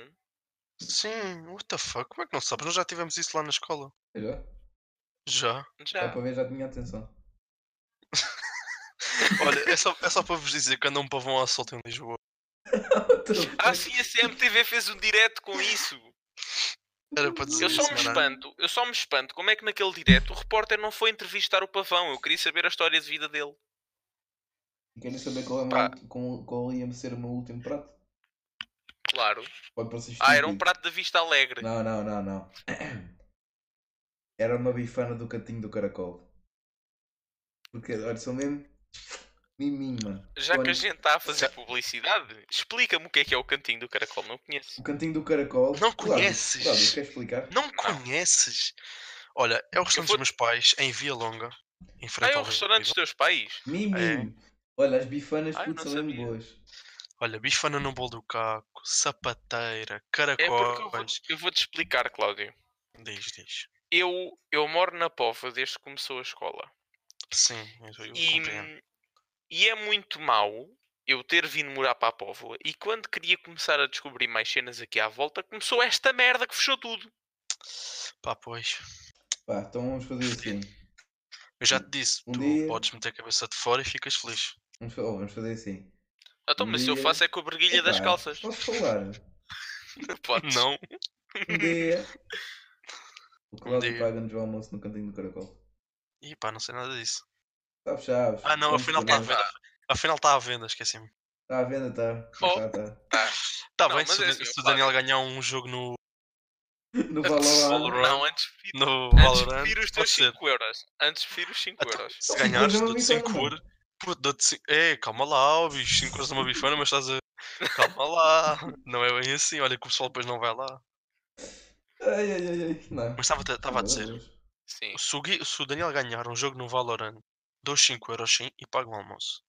B: Sim, what the fuck? Como é que não sabes? Nós já tivemos isso lá na escola.
C: É, Já?
B: Já.
C: Dá
A: Já.
C: para ver, já tinha atenção.
B: Olha, é só, é só para vos dizer que andam um pavão à solta em Lisboa.
A: Ah, sim, a CMTV fez um direto com isso.
B: Era para dizer
A: Eu um só
B: isso, é
A: me
B: mano.
A: espanto, eu só me espanto como é que naquele direto o repórter não foi entrevistar o pavão. Eu queria saber a história de vida dele.
C: Querem saber qual, é o meu
A: Pá.
C: ulti- qual, qual ia ser o meu último prato?
A: Claro.
C: Pode parecer
A: Ah, era um
C: estúpido.
A: prato da vista alegre.
C: Não, não, não, não. Era uma bifana do cantinho do caracol. Porque, olha, são mesmo. Miminho, mano.
A: Já que
C: Olha,
A: a gente está a fazer publicidade, explica-me o que é que é o cantinho do caracol. Não conheço. Ah,
C: O cantinho do caracol.
B: Não
C: Claudio,
B: conheces?
C: Claudio, quer explicar?
B: Não conheces? Olha, é o restaurante
A: vou-
B: dos meus pais, em Via Longa. Em
A: Ah,
B: frente
A: é o
B: ao-
A: restaurante dos teus pais?
C: Miminho. Olha, as bifanas,
A: Ah, eu
C: putz,
A: não
C: são mesmo
A: sabia.
C: boas.
B: Olha, bifana no bolo do caco, sapateira,
A: É porque eu
B: caracóis.
A: vou- eu vou-te explicar, Cláudio.
B: Diz, diz.
A: Eu, eu moro na Pova desde que começou a escola.
B: Sim, eu, eu
A: E,
B: compreendo.
A: e é muito mau eu ter vindo morar para a Póvoa e quando queria começar a descobrir mais cenas aqui à volta, começou esta merda que fechou tudo.
B: Pá, pois.
C: Pá, então vamos fazer assim.
B: Eu já te disse,
C: Um
B: tu
C: dia-
B: podes meter a cabeça de fora e ficas feliz.
C: Vamos, fa- oh, vamos fazer assim.
A: Então, mas se eu
C: Dia-
A: faço é com a briguilha das
C: Epá,
A: calças.
C: Posso falar?
A: Podes.
B: Não.
C: Um dia. O Cláudio
B: dia.
C: paga-nos o almoço no cantinho do caracol.
B: Ih, pá, não sei nada disso.
C: Sabe, chaves.
B: Ah, não,
C: Vamos
B: afinal está à
C: fazer.
B: venda. Afinal está à venda, esqueci-me.
C: Está à venda, está.
A: Oh.
C: Tá, tá.
B: Está
A: Não,
B: bem,
A: mas
B: se, o
A: é
B: Da-
A: assim,
B: se o
A: pá.
B: Daniel ganhar um jogo no,
C: No
B: Valorant.
C: valor.
A: Não, antes prefiro,
B: no
A: antes
B: Valorant,
A: prefiro os
B: pode
A: teus
B: ser.
A: 5 euros. Antes prefiro os 5
B: Então,
A: euros.
B: se
C: Então,
B: ganhares,
C: mas é uma
B: dou-te
C: bifana,
B: 5
C: mano.
B: euros. Puto, dou-te 5. É, calma lá, ó, bicho. 5 euros numa bifana, mas estás a. Calma lá. Não é bem assim. Olha que o pessoal depois não vai lá.
C: Ai, ai, ai, ai. Não.
B: Mas estava estava a dizer.
A: Sim.
B: Se o, Gui- se o Daniel ganhar um jogo no Valorant, dou 5 euros sim e pago o almoço.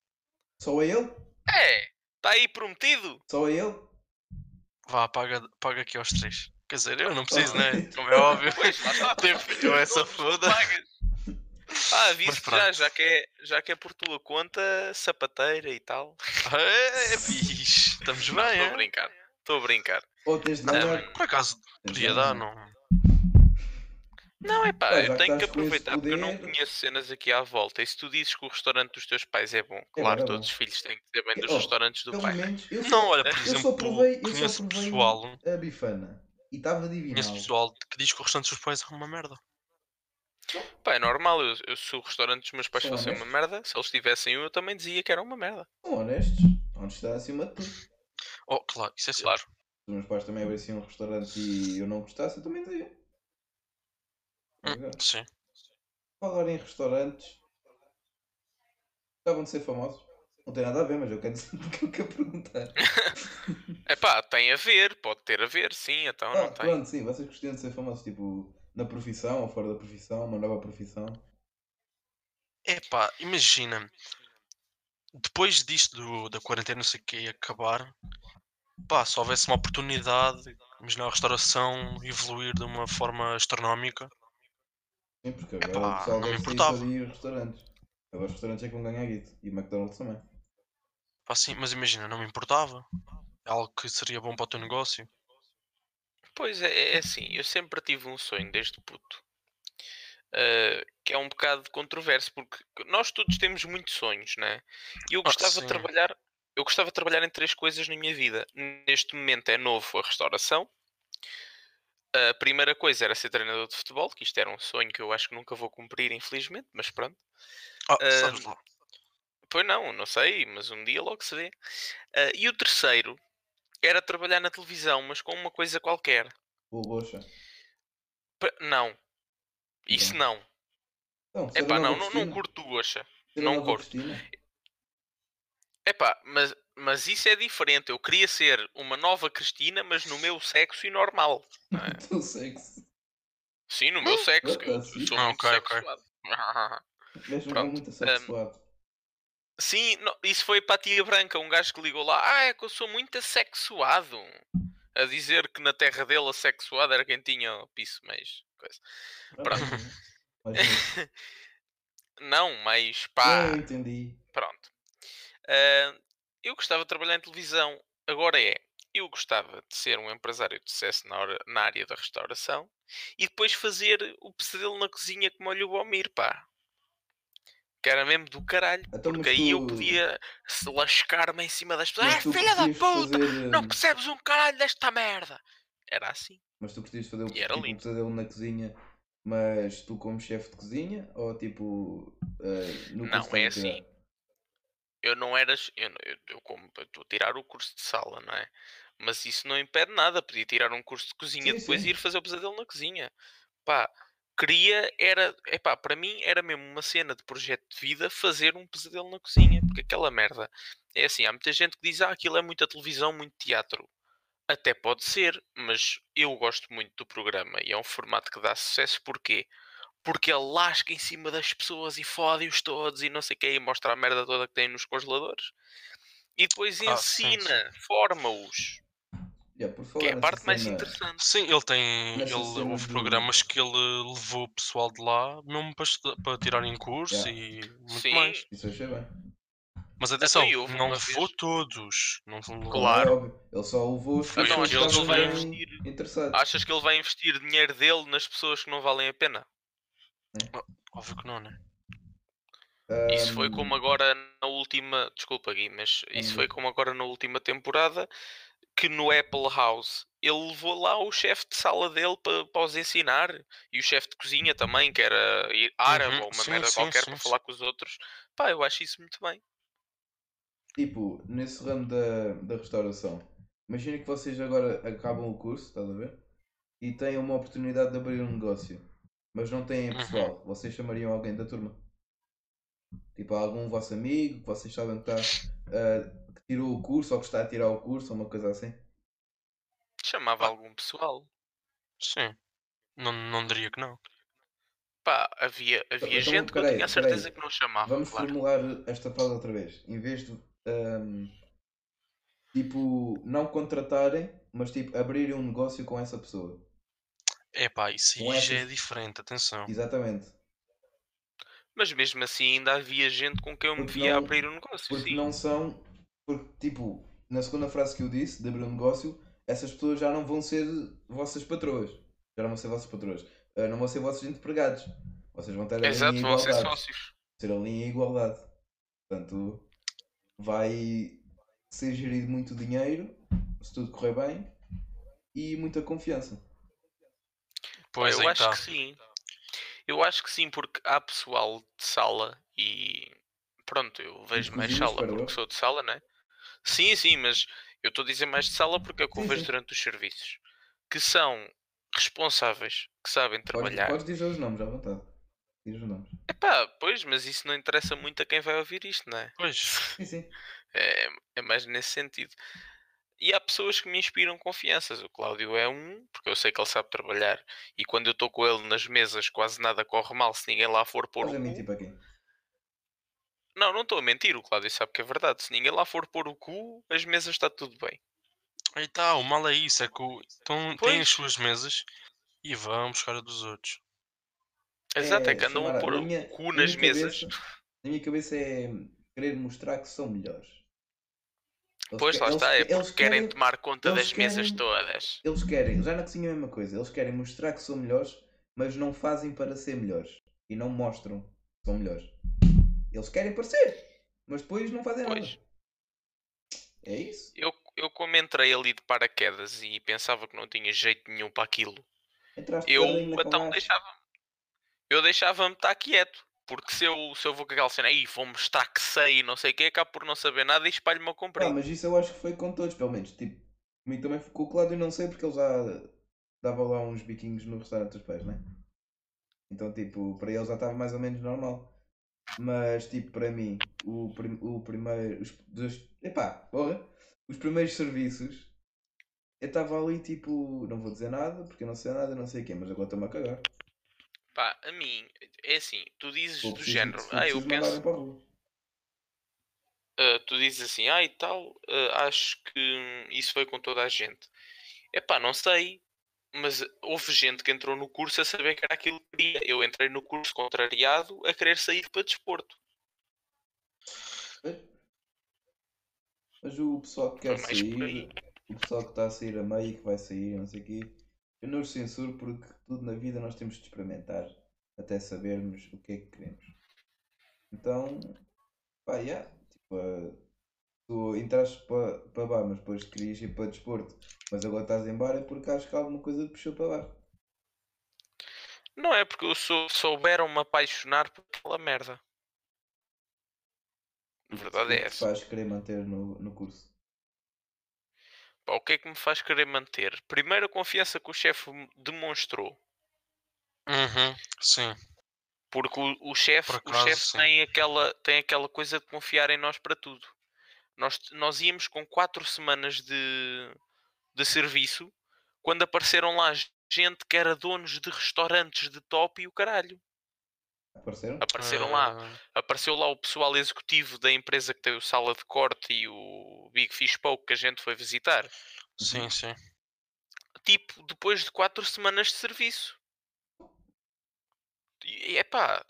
C: Só é ele?
A: É, está aí prometido.
C: Só é ele?
B: Vá, paga, paga aqui aos 3. Quer dizer, eu não preciso, né? Como é óbvio. Tipo, é
A: Pois, lá está.
B: Tem filho, essa foda.
A: Pagas. Ah, aviso
B: pronto.
A: já, já que, é, já que é por tua conta, sapateira e tal.
B: É, bicho. Estamos
A: Não,
B: bem,
A: Estou a
B: é?
A: brincar. Estou a brincar.
C: Ou tens de ganhar?
B: Por acaso,
C: Tens de
B: podia
C: ganhar.
B: dar, É, não?
A: Não, é pá,
C: Pá, já
A: eu tenho
C: que
A: que
C: estás com esse
A: aproveitar porque eu não
C: poder-
A: conheço cenas aqui à volta. E se tu dizes que o restaurante dos teus pais é bom, claro,
C: bom, é
A: todos os filhos têm que dizer bem dos
C: Oh,
A: restaurantes do
C: Pelo
A: pai.
C: menos. Eu
B: Não,
C: só
B: olha, por
C: eu só
B: exemplo,
C: provei- eu só
B: conheço
C: provei- um
B: pessoal,
C: a bifana. E estava divinal.
B: conheço pessoal que diz que o restante dos pais é uma merda.
A: Pá, é normal, eu, eu- se o restaurante dos meus pais
C: São
A: fosse uma
C: honestos.
A: merda, se eles tivessem um, eu também dizia que era uma merda.
C: São honestos. A Honestidade acima de tudo. Se
B: Oh, claro, isso é
A: Claro.
B: claro.
C: os meus pais também abrissem um restaurante e eu não gostasse, eu também dizia.
B: Hum.
C: Agora,
B: Sim.
C: Falar em restaurantes. Estavam de ser famosos. Não tem nada a ver, mas eu quero dizer porque eu quero perguntar.
A: É pá, tem a ver, pode ter a ver, sim, então
C: Ah,
A: não tem.
C: pronto, sim, vocês gostariam de ser famosos, tipo, na profissão ou fora da profissão, uma nova profissão.
B: Epá, imagina. Depois disto do- da quarentena, não sei o que, acabar, pá, se houvesse uma oportunidade, imagina a restauração evoluir de uma forma astronómica,
C: Sim, porque agora
B: Epá,
C: o pessoal
B: não me
C: deve sair
B: importava.
C: para ir restaurantes. Agora os restaurantes é que vão ganhar guito. E o McDonald's também.
B: pá, sim, mas imagina, não me importava. É algo que seria bom para o teu negócio.
A: Pois é, é assim, eu sempre tive um sonho desde puto. ah, que é um bocado controverso, porque nós todos temos muitos sonhos, né? E eu
B: Ah,
A: gostava
B: sim.
A: de trabalhar, eu gostava de trabalhar em três coisas na minha vida. Neste momento é novo a restauração. A primeira coisa era ser treinador de futebol, que isto era um sonho que eu acho que nunca vou cumprir, infelizmente, mas pronto.
B: Ah,
A: Ah,
B: sabes lá.
A: Pois não, não sei, mas um dia logo se vê. Ah, e o terceiro era trabalhar na televisão, mas com uma coisa qualquer.
C: Ou roxa.
A: Pa- Não. Isso não.
C: Então,
A: É pá,
C: Serenova
A: não, não,
C: Cristina.
A: não curto o Gosha.
C: Serenova
A: não curto.
C: Cristina.
A: É pá, mas, mas isso é diferente. Eu queria ser uma nova Cristina, mas no meu sexo e normal. não é?
C: Do sexo.
A: Sim, no meu sexo. Que eu
C: Assim.
A: sou
B: Ah,
A: muito
B: ok, ok.
A: sexuado.
C: Gajo
A: Pronto, eh,
C: muito sexuado.
A: Sim, no- isso foi para a tia branca, um gajo que ligou lá. Ah, é que eu sou muito assexuado. A dizer que na terra dele assexuado era quem tinha o piso mais coisa. pronto.
C: Mas, mas,
A: Não, mas pá,
C: eu entendi.
A: pronto. Ah, eu gostava de trabalhar em televisão. Agora é, eu gostava de ser um empresário de sucesso na, hora- na área da restauração e depois fazer o pesadelo na cozinha como olha o Bomir, pá. Que era mesmo do caralho.
C: Então,
A: Porque aí eu podia se lascar-me em cima das pessoas. Ah,
C: mas tu
A: filha da
C: curtias
A: puta!
C: fazer,
A: Não
C: hum,
A: percebes um caralho desta merda! Era assim.
C: Mas tu curtias fazer o
A: E era
C: tipo,
A: lindo.
C: pesadelo na cozinha, mas tu como chefe de cozinha? Ou tipo. eh, no
A: Não,
C: curso de
A: é
C: arte?
A: assim. Eu não era. ch- Eu, não- eu, eu como eu estou a tirar o curso de sala, não é? Mas isso não impede nada. Podia tirar um curso de cozinha
C: Sim,
A: depois
C: sim.
A: e ir fazer o pesadelo na cozinha. Pá, queria. Era. Epá, para mim era mesmo uma cena de projeto de vida fazer um pesadelo na cozinha. Porque aquela merda. É assim, há muita gente que diz: ah, aquilo é muita televisão, muito teatro. Até pode ser, mas eu gosto muito do programa e é um formato que dá sucesso. Porquê? porque ele lasca em cima das pessoas e fode-os todos e não sei o que, e mostra a merda toda que tem nos congeladores. E depois
B: Ah, sim,
A: ensina, forma-os,
C: Já, por falar
A: que é a
C: nessa
A: parte mais
C: cena-
A: interessante.
B: Sim, ele tem.
C: Nessa
B: Ele,
C: cena
B: houve
C: do-
B: programas que ele levou o pessoal de lá mesmo para, estu- para tirar em curso
C: Yeah.
B: e muito
A: Sim,
B: mais.
C: Isso eu achei bem.
B: Mas atenção,
A: e houve
B: não
A: uma
B: levou
A: vez-
B: todos. Não levou-
A: Claro. Então,
C: É óbvio, Ele só levou as
B: Foi
C: pessoas
B: onde
C: que
B: eles
C: estavam
B: vai
C: bem
A: investir.
C: interessados.
A: achas que ele vai investir dinheiro dele nas pessoas que não valem a pena?
B: Óbvio que não, né?
A: Isso foi
C: Ahm,
A: como agora na última. Desculpa, Gui, mas isso
C: Hum.
A: foi como agora na última temporada que no Apple House ele levou lá o chefe de sala dele para, os ensinar e o chefe de cozinha também, que era i- árabe
B: Uhum,
A: ou uma
B: sim,
A: merda
B: sim,
A: qualquer
B: sim,
A: para
B: sim.
A: falar com os outros. Pá, eu acho isso muito bem.
C: Tipo, nesse ramo da, da restauração, imagina que vocês agora acabam o curso, estás a ver? E têm uma oportunidade de abrir um negócio, mas não têm
B: Uhum.
C: pessoal. Vocês chamariam alguém da turma? Tipo, algum vosso amigo que vocês sabem que, está, ah, que tirou o curso ou que está a tirar o curso ou uma coisa assim?
A: Chamava
B: Pá.
A: algum pessoal.
B: Sim. Não, não diria que não.
A: Pá, havia, havia
C: então,
A: gente que eu
C: peraí,
A: tinha a
C: peraí.
A: certeza que não chamava.
C: Vamos
A: Ah, claro.
C: formular esta frase outra vez. Em vez de. ahm, tipo, não contratarem, mas tipo, abrirem um negócio com essa pessoa.
B: É pá, isso
C: Não é
B: aí já é
C: justo.
B: diferente, atenção.
C: Exatamente.
A: Mas mesmo assim ainda havia gente com quem eu me
C: Porque
A: via
C: não-
A: abrir o negócio.
C: Porque
A: sim.
C: não são. Porque, tipo, na segunda frase que eu disse, de abrir um negócio, essas pessoas já não vão ser vossas patroas. Já não vão ser vossas patroas. Ah, não vão ser vossos empregados. Vocês vão estar ali
A: Exato,
C: em
A: vocês
C: igualdade.
A: sócios.
C: Ser ali em igualdade. Portanto, vai ser gerido muito dinheiro, se tudo correr bem, e muita confiança.
A: Pá,
B: Pois
A: Ah, eu
B: aí
A: acho
B: tá. está.
C: então.
A: que sim. Eu acho que sim, porque há pessoal de sala e pronto, eu vejo mais
C: cozinha,
A: sala
C: espero
A: porque
C: eu.
A: sou de sala, né? Sim, sim, mas eu estou a dizer mais de sala porque é o que eu
C: Sim,
A: vejo
C: sim.
A: durante os serviços que são responsáveis, que sabem
C: Podes,
A: trabalhar.
C: podes dizer os nomes à vontade. Diz os nomes.
A: Epá, pois, mas isso não interessa muito a quem vai ouvir isto, não é?
B: Pois.
C: Sim, sim.
A: É, é mais nesse sentido. E há pessoas que me inspiram confianças. O Cláudio é um, porque eu sei que ele sabe trabalhar. E quando eu estou com ele nas mesas, quase nada corre mal se ninguém lá for pôr
C: Estás a
A: o cu.
C: mentir para quem?
A: Não, não estou a mentir, o Cláudio sabe que é verdade. Se ninguém lá for pôr o cu, as mesas está tudo bem.
B: Aí está, o mal é isso, é que o... então, têm as
A: Pois.
B: suas mesas e vão buscar a dos outros.
A: Exato, é, que andam
C: chamar-
A: a pôr
C: na
A: o
C: minha-
A: cu
C: na
A: nas
C: minha
A: mesas.
C: cabeça- na minha cabeça é querer mostrar que são melhores. Eles
A: Pois
C: que-
A: lá
C: eles
A: está,
C: que-
A: é porque
C: eles
A: querem, tomar conta
C: eles
A: das mesas
C: querem-
A: todas.
C: Eles querem, já na cozinha é a mesma coisa, eles querem mostrar que são melhores, mas não fazem para ser melhores. E não mostram que são melhores. Eles querem parecer, mas depois não fazem
A: Pois.
C: nada. É isso?
A: Eu, eu como entrei ali de paraquedas e pensava que não tinha jeito nenhum para aquilo,
C: Entraste
A: eu
C: tarde ainda com
A: então
C: mais.
A: deixava-me. Eu deixava-me estar quieto. Porque se eu, se eu vou com aquela cena, aí vou mostrar que sei e não sei o que, acabo por não saber nada e espalho-me a
C: Ah,
A: comprar.
C: mas isso eu acho que foi com todos, pelo menos. Tipo, comigo também ficou colado e não sei porque ele já dava lá uns biquinhos no restaurante dos pais, não é? né? Então, tipo, para eles já estava mais ou menos normal. Mas, tipo, para mim, o, prim- o primeiro. Os, dos, epá, porra! Os primeiros serviços, eu estava ali, tipo, não vou dizer nada, porque eu não sei nada, não sei o quê, mas agora estou-me a cagar.
A: Pá, a mim, é assim, tu dizes
C: Vou
A: do
C: preciso-
A: género,
C: se for
A: ah, eu
C: preciso, um mandarem
A: penso,
C: para a rua.
A: ah, tu dizes assim, ah e tal, ah, acho que hum, isso foi com toda a gente. É pá, não sei, mas houve gente que entrou no curso a saber que era aquilo que queria. Eu entrei no curso contrariado a querer sair para desporto.
C: Mas o pessoal que quer
A: Foi mais por
C: sair, o pessoal que está a sair a meio, que vai sair, não sei o quê, eu não os censuro porque tudo na vida nós temos de experimentar até sabermos o que é que queremos. Então, pá, yeah, tipo, eh, tu entraste para para bar, mas depois querias ir para desporto, mas agora estás em bar é porque acho que alguma coisa te puxou para bar.
A: Não é porque eu sou, souberam-me apaixonar por aquela merda. A verdade
C: O
A: é
C: que te
A: essa.
C: faz querer manter no, no curso.
A: Pá, o que é que me faz querer manter? Primeiro, a confiança que o chefe me demonstrou.
B: Uhum, sim.
A: Porque o, o chefe
B: Por
A: o
B: acaso,
A: chefe
B: sim.
A: tem, aquela, tem aquela coisa de confiar em nós para tudo. Nós, nós íamos com quatro semanas de, de serviço quando apareceram lá gente que era donos de restaurantes de top e o caralho.
C: Apareceram?
A: Apareceram lá.
B: Ah,
A: Apareceu lá o pessoal executivo da empresa que tem o Sala de Corte e o Big Fish Poke que a gente foi visitar.
C: Uhum.
B: Sim, sim.
A: tipo, depois de 4 semanas de serviço. E é pá,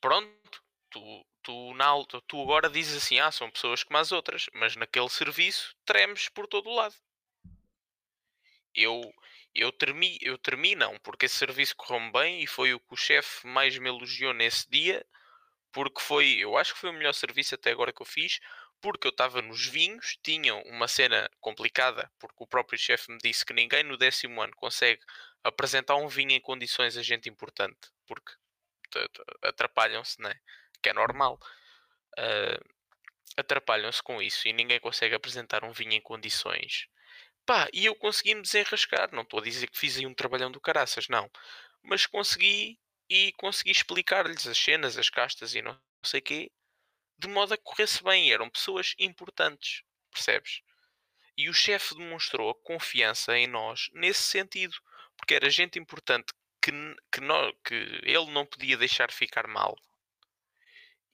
A: pronto, tu, tu, na, al- tu agora dizes assim, ah, são pessoas como as outras, mas naquele serviço tremes por todo o lado. Eu, eu, termi, eu tremi não, porque esse serviço correu-me bem e foi o que o chefe mais me elogiou nesse dia, porque foi, eu acho que foi o melhor serviço até agora que eu fiz, porque eu estava nos vinhos, tinham uma cena complicada, porque o próprio chefe me disse que ninguém no décimo ano consegue apresentar um vinho em condições a gente importante, porque t- t- atrapalham-se, né? que é normal. Ah, atrapalham-se com isso e ninguém consegue apresentar um vinho em condições. Pá, e eu consegui me desenrascar, não estou a dizer que fiz aí um trabalhão do caraças, não. Mas consegui e consegui explicar-lhes as cenas, as castas e não sei o quê de modo a que corresse bem. Eram pessoas importantes, percebes? E o chefe demonstrou a confiança em nós nesse sentido, porque era gente importante que, n- que, nó- que ele não podia deixar ficar mal.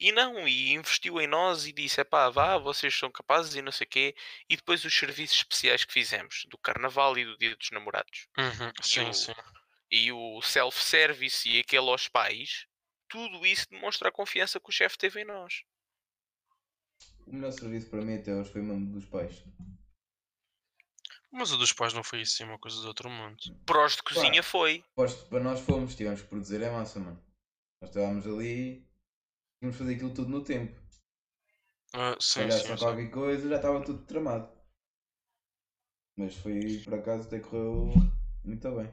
A: E não, e investiu em nós e disse: pá, vá, vocês são capazes e não sei o quê. E depois os serviços especiais que fizemos, do Carnaval e do Dia dos Namorados
B: Uhum,
A: o-
B: sim, sim.
A: e o self-service e aquele aos pais, tudo isso demonstra a confiança que o chefe teve em nós.
C: O melhor serviço para mim até hoje foi mesmo dos pais.
B: Mas o dos pais não foi assim uma coisa do outro mundo.
A: Para os de cozinha foi.
C: Aposto que para nós fomos, tivemos que produzir a massa, mano. Nós estávamos ali, tínhamos fazer aquilo tudo no tempo.
B: Ah,
C: Se
B: sim,
C: calhar só
B: sim, sim.
C: qualquer coisa já estava tudo tramado. Mas foi por acaso até correu muito bem.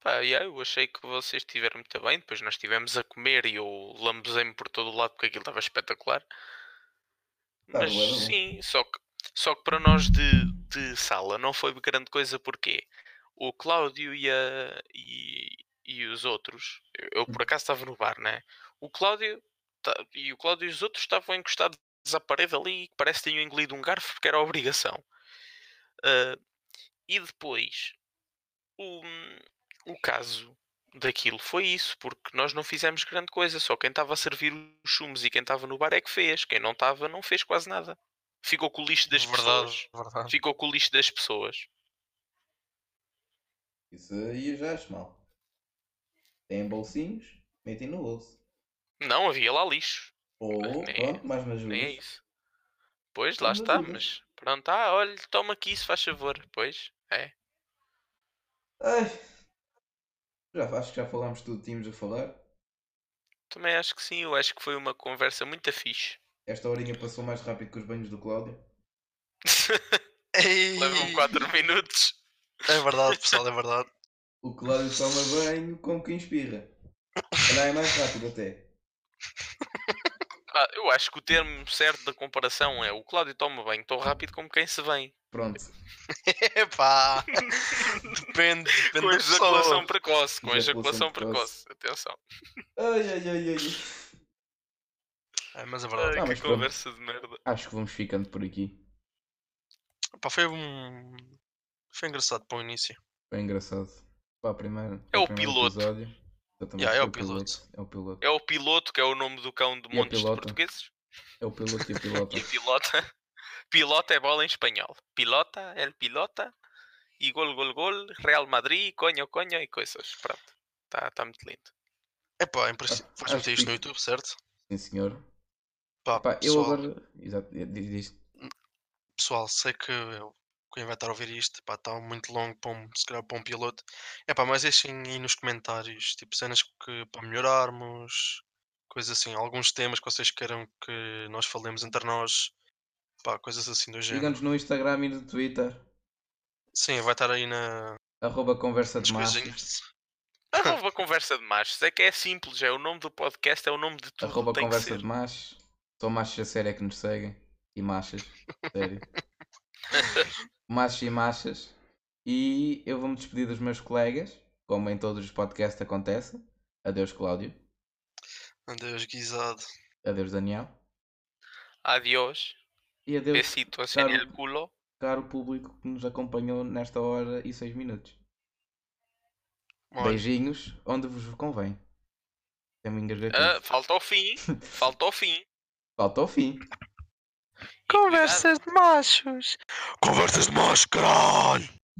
A: Pá, yeah, eu achei que vocês estiveram muito bem. Depois nós estivemos a comer e eu lambuzei-me por todo o lado porque aquilo estava espetacular.
C: Tá,
A: Mas
C: bué da bom.
A: sim, só que, só que para nós de, de sala não foi grande coisa porque o Cláudio e, a- e, e os outros, eu, eu por acaso estava no bar, né? O Cláudio ta- e o Cláudio e os outros estavam encostados à parede ali e parece que tinham engolido um garfo porque era obrigação. Ah, e depois o, o caso daquilo foi isso, porque nós não fizemos grande coisa, só quem estava a servir os chumos e quem estava no bar é que fez, quem não estava não fez quase nada. Ficou com o lixo das pessoas.
B: Verdade, verdade.
A: Ficou com o lixo das pessoas.
C: Isso aí eu já acho mal. Têm bolsinhos, metem no bolso.
A: Não havia lá lixo,
C: Ou,
A: Mas nem-
C: pronto, mais me
A: nem é
C: ajuda.
A: isso. Pois, lá
C: Uhum. Mas
A: está,
C: ajuda.
A: mas pronto, ah, olha, toma aqui isso, faz favor. Pois, é.
C: Ai, já, acho que já falámos tudo o que tínhamos a falar.
A: Também acho que sim, eu acho que foi uma conversa muito fixe.
C: Esta horinha passou mais rápido que os banhos do Cláudio.
B: Ei,
A: Levam 4 minutos.
B: um É verdade, pessoal, é verdade.
C: O Cláudio toma banho como que inspira. Olha, é mais rápido até.
A: Ah, eu acho que o termo certo da comparação é o Cláudio toma bem tão rápido como quem se vem.
C: Pronto.
B: Epá! depende, depende
A: Com
B: da
A: ejaculação
B: pessoa.
A: precoce, com
C: Ejaculação
A: ejaculação
C: precoce.
A: precoce. Atenção.
C: Ai, ai, ai, ai.
B: É, mas é
A: Ai,
B: verdade.
C: Ah,
A: que
C: mas pronto.
A: conversa de merda.
C: Acho que vamos ficando por aqui.
B: Pá, foi um. Foi engraçado para o início.
C: Bem engraçado. Pá, primeiro,
A: É o
C: primeiro
A: piloto.
C: episódio. Exatamente,
B: Yeah, é o
C: É o piloto.
A: É o piloto, que é o nome do cão de
C: a
A: montes de
C: pilota?
A: portugueses.
C: É o piloto e a pilota.
A: E a pilota. Pilota é bola em espanhol. Pilota, el pilota. E gol, gol, gol. Real Madrid, conho, conho e coisas. Pronto. Está tá muito lindo.
B: Epá, em princípio,
C: Acho-
B: vais
C: Ah, acho
B: meter isto no
C: que-
B: YouTube, certo?
C: Sim, senhor.
B: Pá,
C: Pá, eu
B: pessoal,
C: agora. Exato, é, diz isto.
B: pessoal, sei que eu- quem vai estar a ouvir isto, pá, está muito longo para um, se calhar para um piloto. Epá, mas deixem aí nos comentários, tipo, cenas que, para melhorarmos, coisas assim, alguns temas que vocês queiram que nós falemos entre nós, pá, coisas assim do género.
C: Siga-nos no Instagram e no Twitter.
B: Sim, vai estar aí na,
C: Arroba conversa
B: nas
C: de machos.
B: coisinhas.
A: Arroba conversa de machos. É que é simples. É o nome do podcast, é o nome de tudo.
C: Arroba
A: tem que
C: conversa
A: ser.
C: de machos. Só machos a sério é que nos seguem. E machas. Sério. machos e machas. E eu vou-me despedir dos meus colegas. Como em todos os podcasts acontece. Adeus, Cláudio.
B: Adeus, guisado.
C: Adeus, Daniel.
A: Adiós.
C: E adeus,
A: Besitos en el
C: Claro.
A: culo.
C: caro público que nos acompanhou nesta hora e seis minutos.
B: Olha,
C: Beijinhos, onde vos convém. Até me engasguei com
A: Ah,
C: isso.
A: falta ao fim. Falta ao fim.
C: Falta ao fim.
A: Conversas
B: de machos. Conversas de machos, caralho!